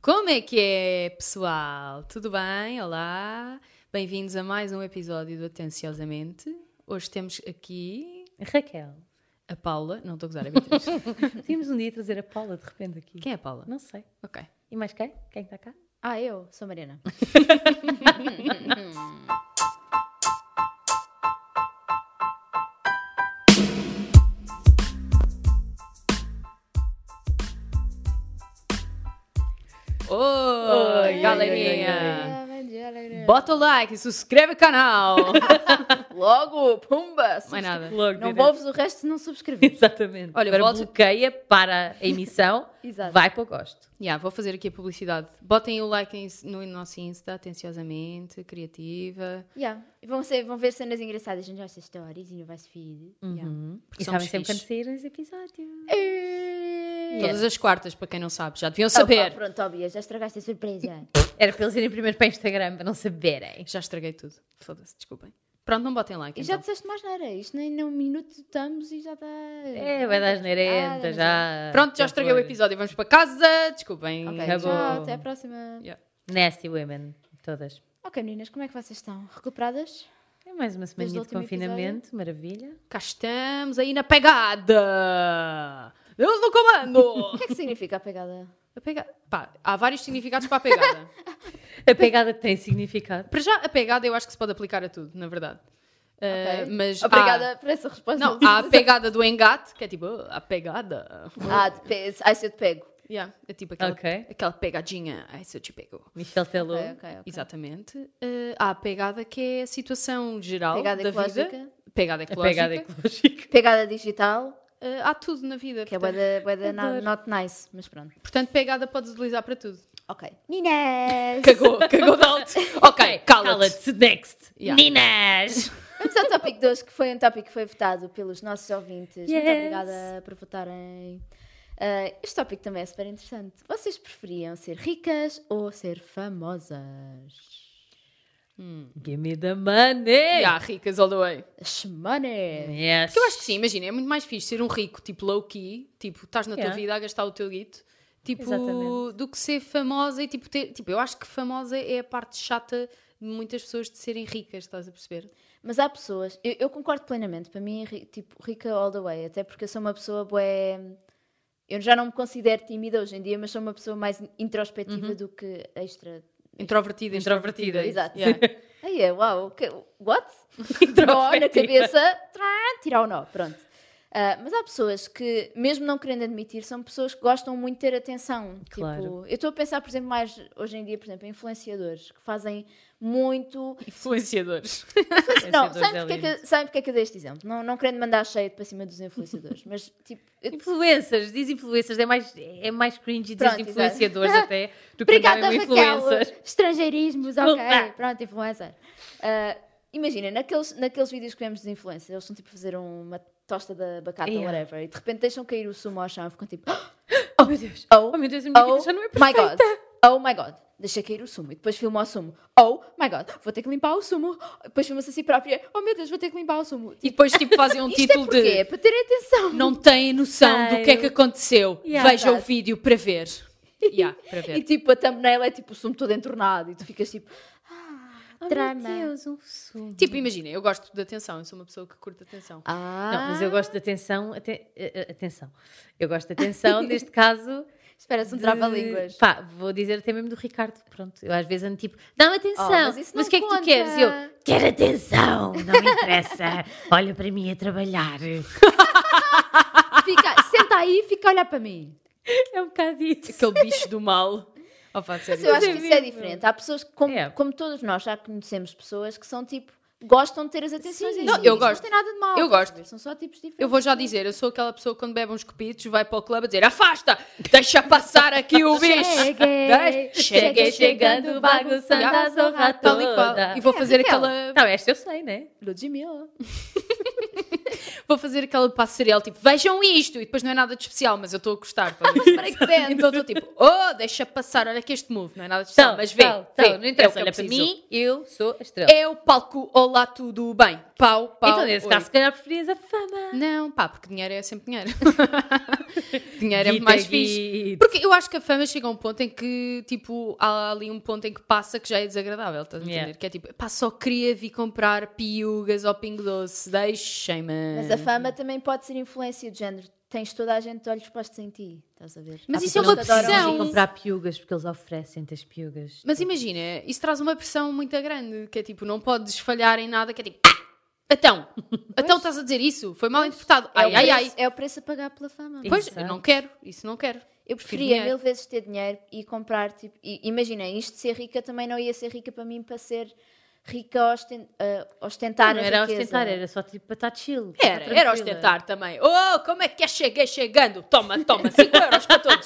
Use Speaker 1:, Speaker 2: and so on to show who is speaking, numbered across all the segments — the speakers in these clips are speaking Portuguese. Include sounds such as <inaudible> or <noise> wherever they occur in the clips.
Speaker 1: Como é que é, pessoal? Tudo bem? Olá! Bem-vindos a mais um episódio do Atenciosamente. Hoje temos aqui
Speaker 2: Raquel,
Speaker 1: a Paula. Não estou a gozar, é
Speaker 3: <laughs>
Speaker 1: Beatriz.
Speaker 2: podíamos um dia trazer a Paula de repente aqui.
Speaker 1: Quem é a Paula?
Speaker 2: Não sei.
Speaker 1: Ok.
Speaker 2: E mais quem? Quem está cá?
Speaker 3: Ah, eu sou a Mariana.
Speaker 1: Oi, galerinha!
Speaker 3: Ah, bom dia, galera.
Speaker 1: Bota o like, subscreve o
Speaker 3: <laughs>
Speaker 1: canal!
Speaker 3: Logo, pumba!
Speaker 1: Mais <laughs> nada.
Speaker 2: Logo,
Speaker 3: Não
Speaker 2: direto.
Speaker 3: vou-vos o resto se não <laughs>
Speaker 2: <laughs>
Speaker 3: subscrever.
Speaker 2: Exatamente.
Speaker 1: Olha,
Speaker 2: Olha, Agora
Speaker 1: volto-
Speaker 2: bloqueia para a emissão,
Speaker 3: Exato.
Speaker 2: vai para o gosto.
Speaker 1: Yeah, vou fazer aqui a publicidade. Botem o like em- no nosso Insta, atenciosamente, criativa.
Speaker 3: Yeah. Vão, ser, vão ver cenas engraçadas nas nossas stories e no vosso feed.
Speaker 2: Uhum.
Speaker 1: Porque
Speaker 2: E
Speaker 1: somos
Speaker 2: sabem sempre
Speaker 1: fixe.
Speaker 2: quando saírem os episódios.
Speaker 3: Yeah.
Speaker 1: Todas as quartas, para quem não sabe, já deviam
Speaker 3: Opa,
Speaker 1: saber.
Speaker 3: pronto, óbvio, já estragaste a surpresa.
Speaker 2: Era para eles irem primeiro para o Instagram, para não saberem.
Speaker 1: Já estraguei tudo. Foda-se, desculpem. Pronto, não botem like.
Speaker 3: e já
Speaker 1: então.
Speaker 3: disseste mais nada. Isto nem num minuto estamos e já Ah, está.
Speaker 2: É, vai dar asneirenta, já.
Speaker 1: Pronto, já estraguei o
Speaker 2: foi.
Speaker 1: episódio. Vamos para casa. Desculpem.
Speaker 3: Ok,
Speaker 2: Acabou.
Speaker 3: tchau, até à próxima.
Speaker 1: Yeah.
Speaker 2: Nasty Women, todas.
Speaker 3: Ok, meninas, como é que vocês estão? Recuperadas?
Speaker 2: É mais uma
Speaker 3: o
Speaker 2: semaninha de
Speaker 3: último
Speaker 2: confinamento, maravilha.
Speaker 1: Cá estamos aí na pegada. Deus no comando.
Speaker 3: O que é que significa a pegada?
Speaker 1: <laughs> A pegada. Pá, há vários significados para a <laughs> pegada.
Speaker 2: A pegada tem significado.
Speaker 1: para já, a pegada eu acho que se pode aplicar a tudo, na verdade. Uh,
Speaker 3: Ok.
Speaker 1: mas há-
Speaker 3: Obrigada por essa resposta.
Speaker 1: Não, há a pegada do engate, que é tipo, "Ah, a pegada.
Speaker 3: <laughs> Ah, de pe... Ai, se eu te pego.
Speaker 1: Yeah, é tipo aquela,
Speaker 2: Ok.
Speaker 1: aquela pegadinha. Ai, se eu te pego. É,
Speaker 2: Michel Teló.
Speaker 3: Ok, ok, ok.
Speaker 1: Exatamente. Eh, há a pegada que é a situação geral
Speaker 3: Pegada
Speaker 1: da vida.
Speaker 3: ecológica.
Speaker 1: Pegada
Speaker 2: A
Speaker 1: ecológica.
Speaker 2: pegada ecológica.
Speaker 3: Pegada digital,
Speaker 1: Eh, há tudo na vida.
Speaker 3: que é
Speaker 1: portanto,
Speaker 3: boeda, boeda na-
Speaker 2: Adoro.
Speaker 3: not nice, mas pronto.
Speaker 1: portanto, pegada podes utilizar para tudo.
Speaker 3: Ok. <laughs> Ninas!
Speaker 1: Cagou, cagou de <laughs>
Speaker 3: <laughs>
Speaker 1: alto. Ok, cala-te.
Speaker 2: Cala-te, next.
Speaker 1: Yeah.
Speaker 2: Ninas!
Speaker 3: Vamos ao tópico 2, que foi um tópico que foi votado pelos nossos ouvintes.
Speaker 2: Yes.
Speaker 3: Muito obrigada por votarem. Ah, este tópico também é super interessante. Vocês preferiam ser ricas ou ser famosas?
Speaker 2: Give me the money!
Speaker 1: Yeah, ricas all the way.
Speaker 3: Shmoney!
Speaker 2: Yes.
Speaker 1: Porque eu acho que sim, imagina, é muito mais fixe ser um rico, tipo low-key, tipo, estás na tua
Speaker 2: Yeah.
Speaker 1: vida a gastar o teu guito, tipo,
Speaker 2: Exatamente.
Speaker 1: do que ser famosa e tipo, ter, tipo, eu acho que famosa é a parte chata de muitas pessoas de serem ricas, estás a perceber?
Speaker 3: Mas há pessoas, eu, eu concordo plenamente, para mim é ri- tipo rica all the way, até porque eu sou uma pessoa bué, eu já não me considero tímida hoje em dia, mas sou uma pessoa mais introspectiva do que extra.
Speaker 1: Introvertida,
Speaker 2: Introvertida,
Speaker 1: extrovertida.
Speaker 3: exato.
Speaker 1: Yeah. <laughs>
Speaker 3: Aí é, uau, que, what?
Speaker 2: <laughs>
Speaker 3: nó na cabeça, trá, tirar o nó, pronto. Ah, mas há pessoas que, mesmo não querendo admitir, são pessoas que gostam muito de ter atenção.
Speaker 2: Claro.
Speaker 3: Tipo, eu estou a pensar, por exemplo, mais hoje em dia, por exemplo, em influenciadores que fazem muito
Speaker 1: Influenciadores.
Speaker 3: Não,
Speaker 2: Influenciadores
Speaker 3: sabem
Speaker 2: é
Speaker 3: porque, é
Speaker 2: lindo.
Speaker 3: que, sabem porque é que eu dei este exemplo? Não, não querendo mandar cheio para cima dos influenciadores, mas
Speaker 2: <laughs>
Speaker 3: tipo, eu-
Speaker 2: Influencers, diz influencers, é mais, é mais cringe dizer
Speaker 3: Pronto,
Speaker 2: influenciadores
Speaker 3: exato.
Speaker 2: até do que
Speaker 3: <laughs> obrigada
Speaker 2: andar mesmo
Speaker 3: Raquel,
Speaker 2: é um influencer. <laughs>
Speaker 3: estrangeirismos, ok,
Speaker 2: Opa.
Speaker 3: pronto, influencer. Ah, imagina, naqueles, naqueles vídeos que vemos de influencers, eles estão tipo a fazer uma tosta de abacate ou
Speaker 2: Yeah.
Speaker 3: whatever, e de repente deixam cair o sumo ao chão e ficam tipo,
Speaker 2: Oh meu Deus,
Speaker 3: Oh,
Speaker 2: oh meu Deus, a minha
Speaker 3: oh
Speaker 2: vida já não é
Speaker 3: my
Speaker 2: perfeita.
Speaker 3: god, oh my god, deixa cair o sumo e depois filma o sumo, oh my god, vou ter que limpar o sumo, depois filma-se a si própria, oh meu Deus, vou ter que limpar o sumo.
Speaker 1: E depois tipo fazem <laughs> um
Speaker 3: Isto é
Speaker 1: título
Speaker 3: porque é
Speaker 1: de
Speaker 3: para terem atenção.
Speaker 1: Não têm noção do que é que aconteceu.
Speaker 2: Yeah,
Speaker 1: Veja o
Speaker 3: exato.
Speaker 1: vídeo para ver. Yeah, para ver.
Speaker 3: E tipo, a thumbnail é tipo o sumo todo entornado e tu ficas tipo,
Speaker 2: Oh
Speaker 3: Drama.
Speaker 2: meu Deus, um sumo.
Speaker 1: Tipo, imagina, eu gosto de atenção, eu sou uma pessoa que curte atenção.
Speaker 3: ah,
Speaker 2: Não, mas eu gosto de atenção, aten- eh, eh, atenção. Eu gosto de atenção, neste
Speaker 3: <laughs>
Speaker 2: caso...
Speaker 3: Espera-se um
Speaker 2: de-
Speaker 3: trava-línguas.
Speaker 2: Pá, vou dizer até mesmo do Ricardo, pronto. Eu às vezes ando tipo, dá-me atenção,
Speaker 3: Oh, mas
Speaker 2: mas,
Speaker 3: isso não
Speaker 2: o que é que
Speaker 3: conta.
Speaker 2: tu queres? E eu, quero atenção, não me interessa, olha para mim a trabalhar.
Speaker 3: Fica, senta aí e fica a olhar para mim.
Speaker 2: É um bocado isso.
Speaker 1: Aquele bicho do
Speaker 2: <laughs>
Speaker 1: mal. Opa,
Speaker 3: Mas
Speaker 1: sério.
Speaker 3: eu acho que
Speaker 2: é
Speaker 3: isso é
Speaker 2: mesmo.
Speaker 3: diferente. Há pessoas que, como,
Speaker 2: É.
Speaker 3: como todos nós, já conhecemos pessoas que são tipo, gostam de ter as atenções em
Speaker 1: Não,
Speaker 3: si.
Speaker 1: eu
Speaker 3: Isto
Speaker 1: gosto.
Speaker 3: Não tem nada de mal.
Speaker 1: Eu
Speaker 3: estás a
Speaker 1: gosto.
Speaker 3: ver? São só tipos diferentes.
Speaker 1: Eu vou já dizer, eu sou aquela pessoa que quando bebe uns copitos vai para o clube a dizer afasta, deixa passar aqui o bicho.
Speaker 3: Cheguei,
Speaker 1: Cheguei
Speaker 2: chegando, bagunçando a zorra
Speaker 1: Tal e qual.
Speaker 2: toda. É,
Speaker 1: E vou fazer
Speaker 3: Raquel.
Speaker 1: aquela...
Speaker 2: Não, esta eu sei, né?
Speaker 3: Ludmilla.
Speaker 1: Vou fazer aquele passo serial, tipo, vejam isto! E depois não é nada de especial, mas eu estou a gostar. estás a ver?
Speaker 3: Breakdance.
Speaker 1: então estou tipo, oh, deixa passar, olha que este move, não é nada de especial, mas vê,
Speaker 2: tal,
Speaker 1: vê,
Speaker 2: tal, não interessa,
Speaker 1: é o que eu
Speaker 2: olha para
Speaker 1: preciso.
Speaker 2: mim, eu sou a estrela.
Speaker 1: É o palco, olá, tudo bem, pau, pau.
Speaker 2: então, nesse
Speaker 1: oi.
Speaker 2: caso, se calhar preferias a fama.
Speaker 1: Não, pá, porque dinheiro é sempre
Speaker 2: <laughs>
Speaker 1: dinheiro. dinheiro é
Speaker 2: Guita,
Speaker 1: mais fixe.
Speaker 2: guita.
Speaker 1: Porque eu acho que a fama chega a um ponto em que, tipo, há ali um ponto em que passa que já é desagradável, estás a entender?
Speaker 2: Yeah.
Speaker 1: Que é tipo, pá, só queria vir comprar piugas ao pingo doce, deixem-me.
Speaker 3: Mas a fama também pode ser influência de género. Tens toda a gente de olhos postos em ti, estás a ver?
Speaker 1: Mas
Speaker 2: Ah,
Speaker 3: Há
Speaker 1: isso é
Speaker 3: pessoas
Speaker 1: uma
Speaker 3: que adoram
Speaker 1: pressão.
Speaker 3: isso.
Speaker 2: Ir comprar piugas, porque eles oferecem-te as piugas.
Speaker 1: Mas imagina, isso traz uma pressão muito grande, que é tipo, não podes falhar em nada, que é tipo, "Ah,
Speaker 3: <laughs>
Speaker 1: então, então estás a dizer isso, foi mal interpretado,
Speaker 3: É o
Speaker 1: ai, ai, ai.
Speaker 3: preço- É o preço a pagar pela fama.
Speaker 2: E-
Speaker 1: Pois, eu
Speaker 2: Exato.
Speaker 1: não quero, isso não quero.
Speaker 3: Eu
Speaker 1: Prefiro
Speaker 3: preferia
Speaker 1: dinheiro.
Speaker 3: mil vezes ter dinheiro e comprar, tipo, e, imagina, isto de ser rica também não ia ser rica para mim para ser rica a osten- a ostentar
Speaker 2: não
Speaker 3: a
Speaker 2: era
Speaker 3: riqueza. é?
Speaker 2: ostentar, era só tipo para estar chill. pra
Speaker 1: Era,
Speaker 2: estar
Speaker 1: era
Speaker 2: tranquila.
Speaker 1: ostentar também. Oh, como é que é? Cheguei chegando. Toma, toma, <laughs> 5 euros para todos.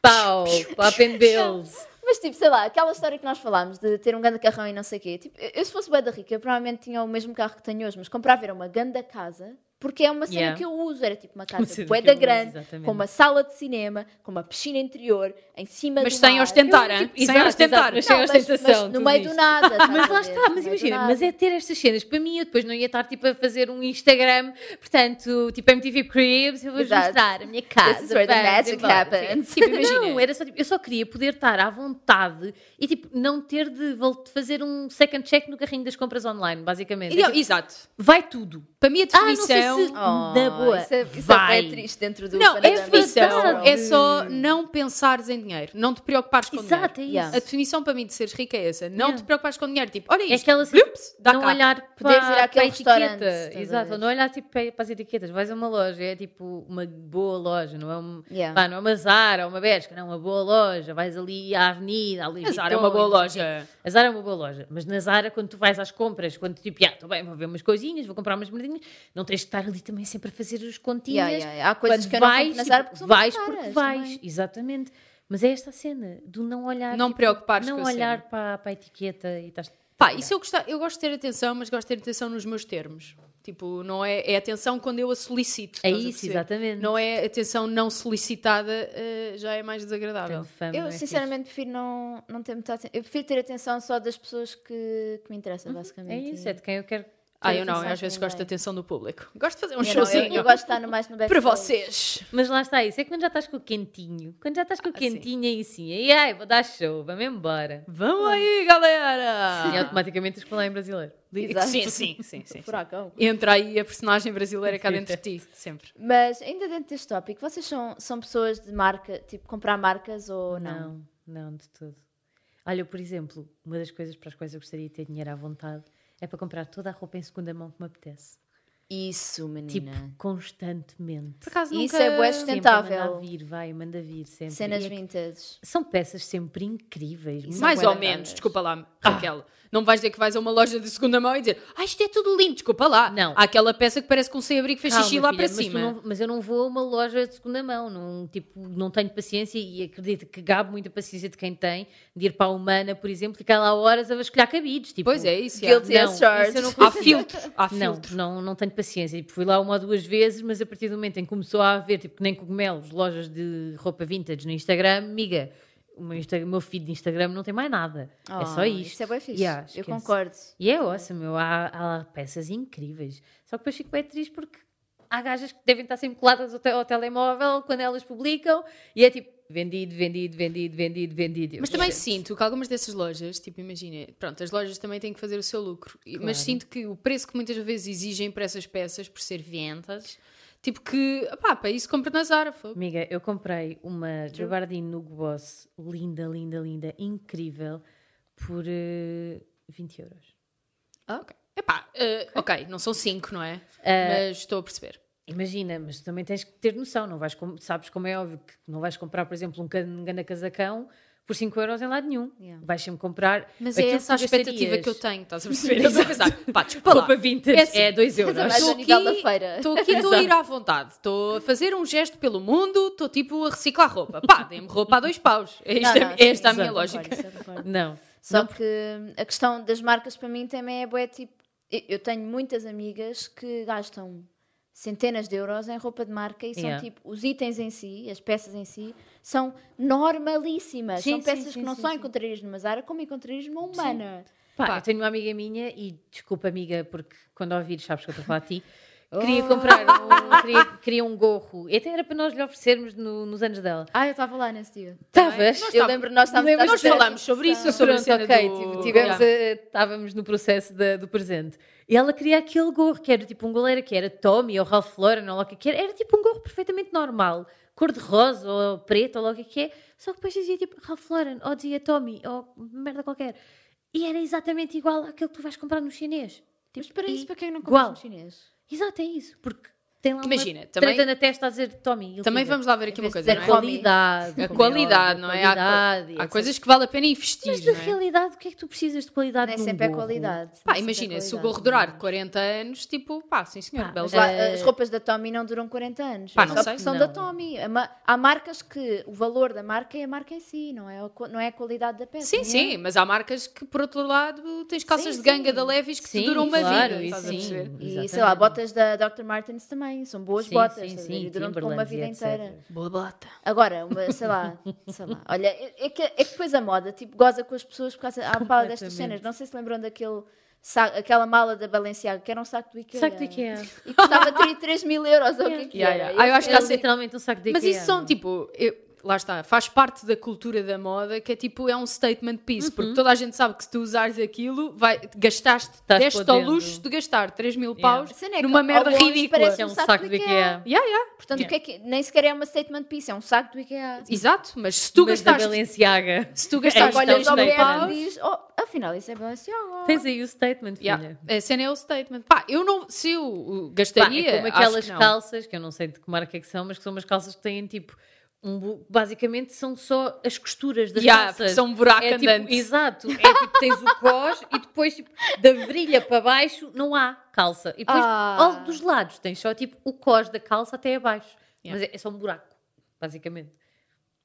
Speaker 2: Pau, pop and bills.
Speaker 3: Mas tipo, sei lá, aquela história que nós falámos de ter um grande carrão e não sei o quê. Tipo, eu se fosse bué da rica, eu provavelmente tinha o mesmo carro que tenho hoje, mas comprava era uma grande casa, porque é uma cena
Speaker 2: Yeah.
Speaker 3: que eu uso. Era tipo uma
Speaker 2: <laughs> Uma
Speaker 3: casa
Speaker 2: cena
Speaker 3: bué
Speaker 2: que eu
Speaker 3: da
Speaker 2: uso,
Speaker 3: grande,
Speaker 2: exatamente.
Speaker 3: com uma sala de cinema, com uma piscina interior, em cima
Speaker 1: Mas
Speaker 3: do
Speaker 1: sem
Speaker 3: mar.
Speaker 1: ostentar, hein?
Speaker 2: tipo,
Speaker 1: sem
Speaker 2: exato,
Speaker 1: ostentar.
Speaker 2: exato, mas
Speaker 3: Não,
Speaker 2: sem
Speaker 3: mas,
Speaker 2: ostentação,
Speaker 3: mas no
Speaker 2: tudo
Speaker 3: meio do
Speaker 2: isto.
Speaker 3: nada. estás
Speaker 2: <laughs> Mas
Speaker 3: a
Speaker 2: lá
Speaker 3: ver?
Speaker 2: está,
Speaker 3: No meio
Speaker 2: mas
Speaker 3: do
Speaker 2: imagina,
Speaker 3: nada.
Speaker 2: mas é ter estas cenas. Para mim, eu depois não ia estar tipo a fazer um Instagram, portanto, tipo MTV Cribs, eu vou
Speaker 3: Exato.
Speaker 2: mostrar a minha casa.
Speaker 3: This is where the
Speaker 2: vamos
Speaker 3: magic
Speaker 2: embora.
Speaker 3: happens.
Speaker 2: Tipo, imagina. Não, era só tipo, eu só queria poder estar à vontade e tipo, não ter de vol- de fazer um second check no carrinho das compras online, basicamente. É,
Speaker 1: Ideal-
Speaker 2: tipo,
Speaker 1: Exato.
Speaker 2: vai tudo.
Speaker 1: Para mim, a
Speaker 2: Ah, não sei
Speaker 1: definição.
Speaker 2: se-
Speaker 3: Oh,
Speaker 2: Da boa.
Speaker 3: Isso é, isso é
Speaker 2: Vai. é
Speaker 3: bué triste dentro do
Speaker 1: Não, é a
Speaker 3: panorama
Speaker 1: definição
Speaker 3: overall.
Speaker 1: é só não pensares em dinheiro, não te preocupares com
Speaker 2: Exato, é
Speaker 1: dinheiro.
Speaker 2: isso.
Speaker 3: Yeah.
Speaker 1: A definição para mim de seres rica é essa. Não
Speaker 2: Yeah.
Speaker 1: te preocupares com dinheiro. Tipo, olha
Speaker 2: É
Speaker 1: isto.
Speaker 2: aquela assim,
Speaker 1: blups, dá
Speaker 2: não
Speaker 1: cá.
Speaker 2: olhar para,
Speaker 3: Poderes ir àquele
Speaker 2: para a
Speaker 3: restaurante,
Speaker 2: etiqueta.
Speaker 3: estás a
Speaker 2: Exato,
Speaker 3: ver?
Speaker 2: ou não olhar tipo, para, para as etiquetas. Vais a uma loja, é tipo uma boa loja, não é, um,
Speaker 3: Yeah.
Speaker 2: pá, não é uma Zara ou uma Bershka, não, uma boa loja. Vais ali à avenida, ali
Speaker 1: A Zara é uma boa loja.
Speaker 2: A Zara é uma boa loja, mas na Zara, quando tu vais às compras, quando tipo, ah, estou bem, vou ver umas coisinhas, vou comprar umas merdinhas, não tens de estar ali também sempre a fazer os continhas.
Speaker 3: Yeah, yeah, yeah. Há coisas
Speaker 2: Quando
Speaker 3: que eu não
Speaker 2: vais,
Speaker 3: compro na
Speaker 2: tipo,
Speaker 3: Zara porque são muito
Speaker 2: vais
Speaker 3: caras
Speaker 2: porque vais,
Speaker 3: também.
Speaker 2: exatamente. Mas é esta cena do não olhar,
Speaker 1: Não
Speaker 2: tipo,
Speaker 1: preocupares
Speaker 2: não
Speaker 1: com a cena.
Speaker 2: olhar para, para a etiqueta e estás
Speaker 1: Pá, isso eu, gosta- eu gosto de ter atenção, mas gosto de ter atenção nos meus termos. Tipo, não é, é atenção quando eu a solicito.
Speaker 2: É
Speaker 1: estás a
Speaker 2: isso,
Speaker 1: perceber?
Speaker 2: exatamente.
Speaker 1: Não é atenção não solicitada, eh, já é mais desagradável.
Speaker 2: Tenho fama, não é
Speaker 3: Eu,
Speaker 2: fixe.
Speaker 3: sinceramente, prefiro não, não ter muita atenção. Eu prefiro ter atenção só das pessoas que, que me interessam,
Speaker 2: É
Speaker 3: basicamente.
Speaker 2: isso, é de quem eu quero. ter
Speaker 1: Ah, eu não, eu
Speaker 3: atenção
Speaker 1: às vezes
Speaker 3: também.
Speaker 1: gosto de atenção do público. Gosto de fazer um
Speaker 3: Eu, não, eu-
Speaker 1: showzinho
Speaker 3: eu gosto de um estar no
Speaker 2: <laughs>
Speaker 3: mais no
Speaker 1: para
Speaker 3: backstage.
Speaker 1: vocês.
Speaker 2: Mas lá está isso, é quando já estás com o quentinho. Quando já estás com o
Speaker 1: Ah,
Speaker 2: quentinho aí sim, aí ai, vou dar show, vamos embora.
Speaker 1: Vamos aí,
Speaker 2: E
Speaker 1: galera!
Speaker 2: automaticamente escolher em brasileiro.
Speaker 1: <laughs>
Speaker 3: Exato.
Speaker 1: Sim, sim, sim, sim.
Speaker 3: Furacão.
Speaker 1: Entra aí a personagem brasileira cá dentro de ti, sempre.
Speaker 3: Mas, ainda dentro deste tópico, vocês são, são pessoas de marca, tipo, comprar marcas ou não?
Speaker 2: Não, não, de tudo. Olha, eu, por exemplo, uma das coisas para as quais eu gostaria de ter dinheiro à vontade é para comprar toda a roupa em segunda mão que me apetece.
Speaker 3: Isso, menina.
Speaker 2: Tipo, constantemente.
Speaker 1: Por acaso
Speaker 3: Isso
Speaker 1: nunca...
Speaker 3: é bué
Speaker 2: Sempre
Speaker 3: sustentável.
Speaker 2: Manda vir, vai, manda vir sempre.
Speaker 3: Cenas
Speaker 2: E é que
Speaker 3: vintage.
Speaker 2: São peças sempre incríveis. muito
Speaker 1: Mais
Speaker 3: é bué
Speaker 1: ou
Speaker 3: da Ah.
Speaker 1: menos,
Speaker 3: caras.
Speaker 1: desculpa lá, Raquel. Não vais dizer que vais a uma loja de segunda mão e dizer ah, isto é tudo lindo, desculpa lá.
Speaker 2: Não.
Speaker 1: Há aquela peça que parece que um sem-abrigo fez xixi
Speaker 2: Calma,
Speaker 1: lá para
Speaker 2: filha, mas tu
Speaker 1: cima.
Speaker 2: não- Mas, eu não vou a uma loja de segunda mão, não, tipo, não tenho paciência e acredito que gabo muita paciência de quem tem, de ir para a Humana, por exemplo, ficar lá horas a vasculhar cabides. Tipo,
Speaker 1: Pois é, isso. já.
Speaker 3: Guilty
Speaker 2: Não,
Speaker 3: as charged.
Speaker 2: isso
Speaker 3: <laughs>
Speaker 2: eu não
Speaker 1: Há filtro, há
Speaker 2: Não,
Speaker 1: filtro.
Speaker 2: não, não tenho paciência. Tipo, fui lá uma ou duas vezes, mas a partir do momento em que começou a haver, tipo, que nem cogumelos, lojas de roupa vintage no Instagram, miga, o meu, Insta- o meu feed de Instagram não tem mais nada. é
Speaker 1: Ah,
Speaker 2: só
Speaker 3: Oh,
Speaker 2: isto.
Speaker 3: Isso é bué fixe.
Speaker 2: Yeah,
Speaker 3: eu
Speaker 2: esquece.
Speaker 3: concordo.
Speaker 2: E é awesome, meu. Há, há lá peças incríveis. Só que depois fico bem triste porque há gajas que devem estar sempre coladas ao, te- ao telemóvel quando elas publicam e é tipo vendido, vendido, vendido, vendido, vendido. Eu,
Speaker 1: Mas também
Speaker 2: gente,
Speaker 1: sinto que algumas dessas lojas, tipo, imagina, pronto, as lojas também têm que fazer o seu lucro, e- mas
Speaker 2: Claro.
Speaker 1: sinto que o preço que muitas vezes exigem para essas peças, por ser ventas, tipo que, pá, para isso compra na Zara, fogo.
Speaker 2: Amiga, eu comprei uma gabardine no Boss linda, linda, linda, incrível, por eh, 20 euros.
Speaker 1: Ah, ok. Epá, eh, ok, não são cinco, não é? Mas estou a perceber.
Speaker 2: Imagina, mas também tens que ter noção, não vais com- sabes como é óbvio que não vais comprar, por exemplo, um can- um ganda casacão por 5 euros em lado nenhum.
Speaker 3: Yeah.
Speaker 2: Vais sempre comprar.
Speaker 1: Mas
Speaker 2: aquilo
Speaker 1: é essa a
Speaker 2: tu
Speaker 1: expectativa
Speaker 2: gastarias.
Speaker 1: que eu tenho, estás a perceber? Eu estou a pensar, pá, desculpa lá.
Speaker 2: Roupa vintage
Speaker 1: É assim,
Speaker 2: é 2
Speaker 3: Mas é
Speaker 2: euros.
Speaker 3: mais
Speaker 1: Estou
Speaker 3: a nível
Speaker 1: aqui-
Speaker 3: da feira.
Speaker 1: Estou aqui, estou a ir à vontade. Estou a fazer um gesto pelo mundo, estou tipo a reciclar roupa. Pá, dê-me roupa a dois paus. É isto-
Speaker 3: Não, não,
Speaker 1: é
Speaker 3: sim,
Speaker 1: esta a
Speaker 3: isso
Speaker 1: minha
Speaker 3: eu
Speaker 1: lógica.
Speaker 3: concordo, isso eu
Speaker 2: <laughs>
Speaker 3: concordo.
Speaker 2: Não.
Speaker 3: Só que a questão das marcas para mim também é bué, tipo, eu eu tenho muitas amigas que gastam centenas de euros em roupa de marca e são
Speaker 2: Yeah.
Speaker 3: tipo, os itens em si, as peças em si, são normalíssimas.
Speaker 2: Sim,
Speaker 3: são
Speaker 2: sim,
Speaker 3: peças
Speaker 2: sim,
Speaker 3: que não
Speaker 2: sim,
Speaker 3: só
Speaker 2: sim.
Speaker 3: encontrarias numa Zara, como encontrarias numa humana.
Speaker 2: Pá,
Speaker 1: Pá.
Speaker 2: eu tenho uma amiga minha e desculpa, amiga, porque quando ouvires sabes que eu estou a falar <laughs> de ti. Queria comprar um, queria, queria um gorro. E até era para nós lhe oferecermos no- nos anos dela.
Speaker 3: Ah, eu estava lá nesse dia.
Speaker 2: Estavas?
Speaker 1: Nós
Speaker 3: Eu
Speaker 1: estávamos-
Speaker 3: lembro, nós estávamos
Speaker 2: lembro-
Speaker 3: à
Speaker 1: Nós
Speaker 3: espera-
Speaker 1: falámos sobre isso, sobre a
Speaker 2: Pronto,
Speaker 1: cena
Speaker 2: ok.
Speaker 1: do...
Speaker 2: tive- tivemos,
Speaker 1: Yeah.
Speaker 2: eh, estávamos no processo da- do presente. E ela queria aquele gorro, que era tipo um goleiro, que era Tommy ou Ralph Lauren, ou lá o que que era. Era tipo um gorro perfeitamente normal. Cor de rosa ou preto, ou lá o que que é. Só que depois dizia tipo Ralph Lauren, ou dizia Tommy, ou merda qualquer. E era exatamente igual àquele que tu vais comprar no chinês.
Speaker 3: Mas para isso,
Speaker 2: e-
Speaker 3: para quem não
Speaker 2: igual.
Speaker 3: compra no chinês?
Speaker 2: Exato, é isso. Porque tem lá
Speaker 1: Imagina,
Speaker 2: uma
Speaker 1: também-
Speaker 2: treta na testa a dizer Tommy.
Speaker 1: Também
Speaker 2: Hilfiger.
Speaker 1: vamos lá ver aqui
Speaker 3: Em
Speaker 1: uma
Speaker 3: vez de
Speaker 1: coisa,
Speaker 2: A
Speaker 1: não é?
Speaker 3: dizer
Speaker 2: qualidade.
Speaker 1: A
Speaker 2: como
Speaker 1: qualidade,
Speaker 2: é óbvio,
Speaker 1: não é? Há
Speaker 2: a
Speaker 1: co-
Speaker 2: qualidade,
Speaker 1: Há
Speaker 2: etc.
Speaker 1: coisas que vale a pena investir,
Speaker 2: Mas na
Speaker 1: não é?
Speaker 2: realidade, o que é que tu precisas de qualidade
Speaker 3: Não é
Speaker 2: num
Speaker 3: sempre a
Speaker 2: gorro?
Speaker 3: qualidade.
Speaker 1: Pá, imagina, se o gorro durar 40 anos, tipo, pá, sim senhor,
Speaker 2: é? Pá, é-
Speaker 1: belo
Speaker 3: Mas
Speaker 1: já.
Speaker 3: lá, as roupas da Tommy não duram 40 anos.
Speaker 1: Pá,
Speaker 3: É
Speaker 1: não
Speaker 3: só
Speaker 1: sei.
Speaker 3: porque São
Speaker 2: Não.
Speaker 3: da Tommy. A ma- Há marcas que o valor da marca é a marca em si, não é a, qua- não é a qualidade da peça.
Speaker 1: Sim, sim, mas há marcas que, por outro lado, tens calças
Speaker 3: Sim,
Speaker 1: de ganga
Speaker 3: sim.
Speaker 1: da Levis que
Speaker 2: Sim,
Speaker 1: te duram uma
Speaker 2: claro,
Speaker 1: vida,
Speaker 2: e
Speaker 1: estás a
Speaker 2: sim.
Speaker 1: perceber?
Speaker 3: E sei lá, botas da Dr. Martens também. São boas
Speaker 2: Sim,
Speaker 3: botas.
Speaker 2: sim,
Speaker 3: estás a
Speaker 2: sim,
Speaker 3: ver? E duram como uma
Speaker 2: Timberlands e
Speaker 3: vida
Speaker 2: etc.
Speaker 3: inteira.
Speaker 1: Boa bota.
Speaker 3: Agora, uma, sei lá, <laughs> sei lá. Olha, é é que, é que depois a moda tipo, goza com as pessoas por causa à pala destas
Speaker 2: Completamente.
Speaker 3: cenas. Não sei se lembram daquele. sa- aquela mala da Balenciaga, que era um saco do Ikea.
Speaker 1: é.
Speaker 2: Saco de Ikea.
Speaker 3: E custava 33 mil euros, ou o que é que
Speaker 1: Yeah,
Speaker 3: era.
Speaker 1: yeah. Ah, eu acho que
Speaker 2: É
Speaker 1: há sempre-
Speaker 2: literalmente um saco de
Speaker 1: Mas
Speaker 2: Ikea,
Speaker 1: isso são
Speaker 2: não?
Speaker 1: tipo, eu- lá está, faz parte da cultura da moda que é tipo, é um statement piece, porque
Speaker 2: Uhum.
Speaker 1: toda a gente sabe que se tu usares aquilo, vai, gastaste,
Speaker 2: Estás
Speaker 1: deste ao
Speaker 2: podendo.
Speaker 1: luxo de gastar 3 mil
Speaker 2: Yeah.
Speaker 1: paus
Speaker 3: A cena é que
Speaker 1: numa
Speaker 3: ao
Speaker 1: merda
Speaker 3: longe
Speaker 1: ridícula.
Speaker 3: parece
Speaker 2: É
Speaker 3: um
Speaker 2: um
Speaker 3: saco
Speaker 2: saco
Speaker 3: de
Speaker 2: de Ikea.
Speaker 1: Yeah, yeah,
Speaker 3: Portanto, o que é que- nem sequer é uma statement piece, é um saco do IKEA.
Speaker 1: exato, mas se tu
Speaker 2: Mas da
Speaker 1: gastares,
Speaker 2: Balenciaga.
Speaker 1: se tu
Speaker 2: É
Speaker 1: gastares
Speaker 2: isto, é
Speaker 3: Olha,
Speaker 2: um
Speaker 1: 3
Speaker 3: o
Speaker 1: mil
Speaker 2: statement.
Speaker 1: paus,
Speaker 3: Gabriel diz, oh, afinal, isso é Balenciaga.
Speaker 2: Tens aí o statement, filha.
Speaker 1: Yeah. A cena é o statement. Pá, eu não. Se eu uh, gastaria.
Speaker 2: Pá, é como
Speaker 1: acho
Speaker 2: aquelas
Speaker 1: que não.
Speaker 2: calças, que eu não sei de que marca é que são, mas que são umas calças que têm tipo. um bu- basicamente são só as costuras das
Speaker 1: Yeah, porque
Speaker 2: calças.
Speaker 1: são um buraco
Speaker 2: é, tipo,
Speaker 1: andante.
Speaker 2: Exato. É tipo, tens o cós e depois tipo, da virilha para baixo não há calça. E depois,
Speaker 3: Ah.
Speaker 2: ao dos lados, tens só tipo o cós da calça até abaixo.
Speaker 1: Yeah.
Speaker 2: Mas é, é só um buraco, basicamente.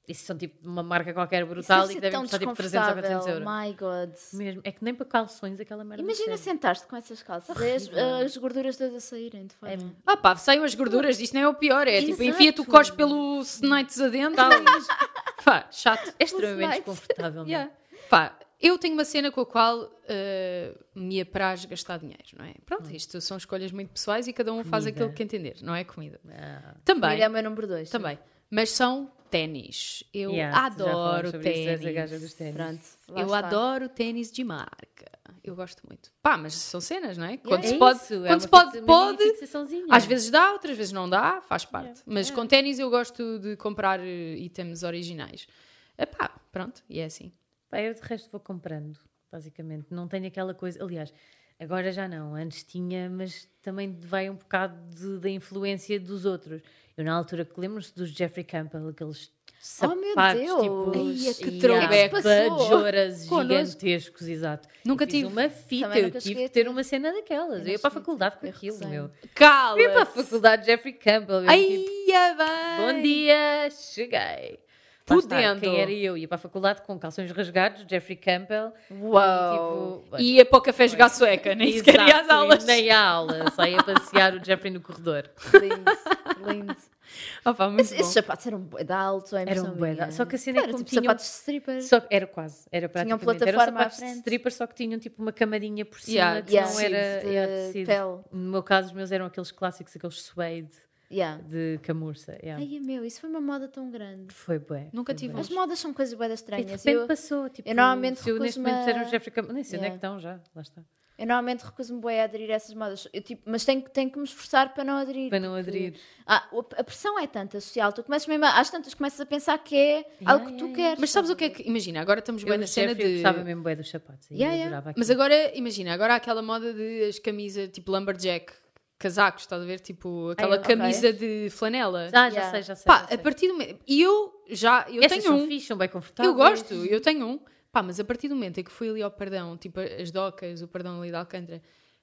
Speaker 2: Isso são tipo uma marca qualquer brutal e que devem custar tipo 300 ou 400 euros.
Speaker 3: My God.
Speaker 2: Mesmo. É que nem para calções aquela merda.
Speaker 3: Imagina
Speaker 2: serve.
Speaker 3: sentar-te com essas calças, é as,
Speaker 2: Horrível. É
Speaker 3: as gorduras todas a saírem de fora.
Speaker 1: Ah, pá, saiam as gorduras, isto não é o pior. É tipo,
Speaker 2: Exato.
Speaker 1: enfia-te o cos pelo Snipes adentro. e- <laughs> pá, chato.
Speaker 2: É extremamente
Speaker 3: slides.
Speaker 2: <laughs> desconfortável. não é?
Speaker 1: Yeah. Pá, eu tenho uma cena com a qual eh, me apraz gastar dinheiro, não é? Pronto, isto são escolhas muito pessoais e cada um faz
Speaker 2: Hum. Comida.
Speaker 1: aquilo que entender, não é comida.
Speaker 2: Ah.
Speaker 1: Também.
Speaker 3: Ele é o meu número 2.
Speaker 1: Também. Mas são ténis. Eu
Speaker 2: Yeah, tu já
Speaker 1: adoro
Speaker 2: falaste sobre isso, és a gaja
Speaker 1: ténis.
Speaker 2: dos ténis.
Speaker 3: Pronto. lá
Speaker 1: eu
Speaker 3: está.
Speaker 1: adoro ténis de marca. Eu gosto muito. Pá, mas são cenas, não é? Quando
Speaker 2: É
Speaker 1: se pode,
Speaker 2: isso, é
Speaker 1: quando
Speaker 2: uma
Speaker 1: se pode,
Speaker 2: fixa-
Speaker 1: pode.
Speaker 2: mini fixaçãozinha.
Speaker 1: Às vezes dá, outras vezes não dá, faz parte. Mas
Speaker 2: É.
Speaker 1: com ténis eu gosto de comprar eh, itens originais. Epá, pronto, e é assim.
Speaker 2: Pá, eu de resto vou comprando, basicamente. Não tenho aquela coisa. Aliás, agora já não. Antes tinha, mas também vai um bocado de- da influência dos outros. Eu, na altura, que lembro-se dos Jeffrey Campbell, aqueles
Speaker 3: Oh,
Speaker 2: sapatos
Speaker 3: meu
Speaker 2: tipo. uh,
Speaker 3: Deus. é
Speaker 1: Ai, que
Speaker 2: e
Speaker 1: throwback.
Speaker 2: há
Speaker 3: Passou.
Speaker 2: bajoras
Speaker 1: Connosco.
Speaker 2: gigantescos, exato.
Speaker 1: Nunca
Speaker 2: eu fiz
Speaker 1: tive.
Speaker 2: uma fita,
Speaker 3: Também nunca
Speaker 2: eu tive
Speaker 3: cheguei a
Speaker 2: que ter
Speaker 3: ter.
Speaker 2: uma cena daquelas.
Speaker 3: Eu
Speaker 2: Eu ia
Speaker 3: não
Speaker 2: para a
Speaker 3: cheguei a
Speaker 2: faculdade com
Speaker 3: ter, eu
Speaker 2: aquilo,
Speaker 3: receio.
Speaker 2: meu.
Speaker 1: Cala!
Speaker 2: Eu ia para a faculdade de Jeffrey Campbell. eu
Speaker 1: Ai,
Speaker 2: tipo,
Speaker 1: é bem!
Speaker 2: Bom dia, cheguei. Lá está,
Speaker 1: Podendo.
Speaker 2: Quem era eu? Ia para a faculdade com calções rasgados, Jeffrey Campbell.
Speaker 3: Uau.
Speaker 2: tipo,
Speaker 1: Ia para o café jogar sueca, nem sequer ia às
Speaker 2: Exato,
Speaker 1: aulas.
Speaker 2: Nem a aula, só ia passear o Jeffrey no corredor.
Speaker 3: Lindo, lindo.
Speaker 1: Ah, pá, muito
Speaker 3: Esse- Esses
Speaker 1: bom.
Speaker 3: sapatos eram bué de alto, é
Speaker 2: <laughs> Era um
Speaker 3: impressão
Speaker 2: bué
Speaker 3: minha.
Speaker 2: da- Só que a cena é
Speaker 3: Era
Speaker 2: que como
Speaker 3: tipo
Speaker 2: tinham-
Speaker 3: sapatos de stripper.
Speaker 2: Só que era quase, era
Speaker 3: Tinham
Speaker 2: praticamente. Eram
Speaker 3: plataforma à
Speaker 2: sapatos de
Speaker 3: frente.
Speaker 2: stripper, só que tinham tipo uma camarinha por cima
Speaker 1: Yeah,
Speaker 2: que
Speaker 1: yeah.
Speaker 2: não era
Speaker 3: de
Speaker 2: yeah, tecido.
Speaker 3: eh, pele.
Speaker 2: No meu caso, os meus eram aqueles clássicos, aqueles suede
Speaker 3: Yeah.
Speaker 2: de camurça. yeah.
Speaker 3: Ai, meu, isso foi uma moda tão grande.
Speaker 2: Foi bué.
Speaker 1: Nunca
Speaker 2: foi
Speaker 1: tive
Speaker 2: bué.
Speaker 1: um.
Speaker 3: As modas são coisas bué
Speaker 2: E
Speaker 3: estranhas.
Speaker 2: de repente
Speaker 3: Eu-
Speaker 2: passou. Tipo,
Speaker 3: eu normalmente
Speaker 2: se eu neste
Speaker 3: recuso-me
Speaker 2: momento era
Speaker 3: a-
Speaker 2: o Jeffrey Campbell, nem sei onde é
Speaker 3: Yeah.
Speaker 2: que estão já, lá está.
Speaker 3: Eu normalmente recuso-me bué a aderir a essas modas. Eu, tipo, mas tenho, que- tenho que me esforçar para não aderir.
Speaker 2: Para não
Speaker 3: porque-
Speaker 2: aderir.
Speaker 3: Ah, o- a pressão é tanta social. Tu começas mesmo, a- às tantas começas a pensar que é algo que tu
Speaker 2: yeah,
Speaker 3: queres.
Speaker 1: Mas sabes o que é que. Imagina, agora estamos bem
Speaker 2: Eu
Speaker 1: na
Speaker 2: na
Speaker 1: cena
Speaker 2: Jeffrey, eu
Speaker 1: de.
Speaker 2: gostava mesmo bem dos sapatos. e
Speaker 3: Yeah, yeah.
Speaker 2: adorava aquilo.
Speaker 1: Mas agora, imagina, agora há aquela moda de as camisas tipo lumberjack, casacos, estás a ver? Tipo aquela
Speaker 2: Ah, ok.
Speaker 1: camisa de flanela.
Speaker 2: Ah, já
Speaker 3: Yeah.
Speaker 2: sei, já sei.
Speaker 1: Pá,
Speaker 2: já sei.
Speaker 1: a partir do momento. E eu já. Eu
Speaker 2: Essas
Speaker 1: tenho
Speaker 2: são
Speaker 1: um.
Speaker 2: fixe, são bem confortáveis.
Speaker 1: Eu gosto, eu tenho um. Pá, mas a partir do momento em que fui ali ao Perdão, tipo as docas, o Perdão ali de Alcântara,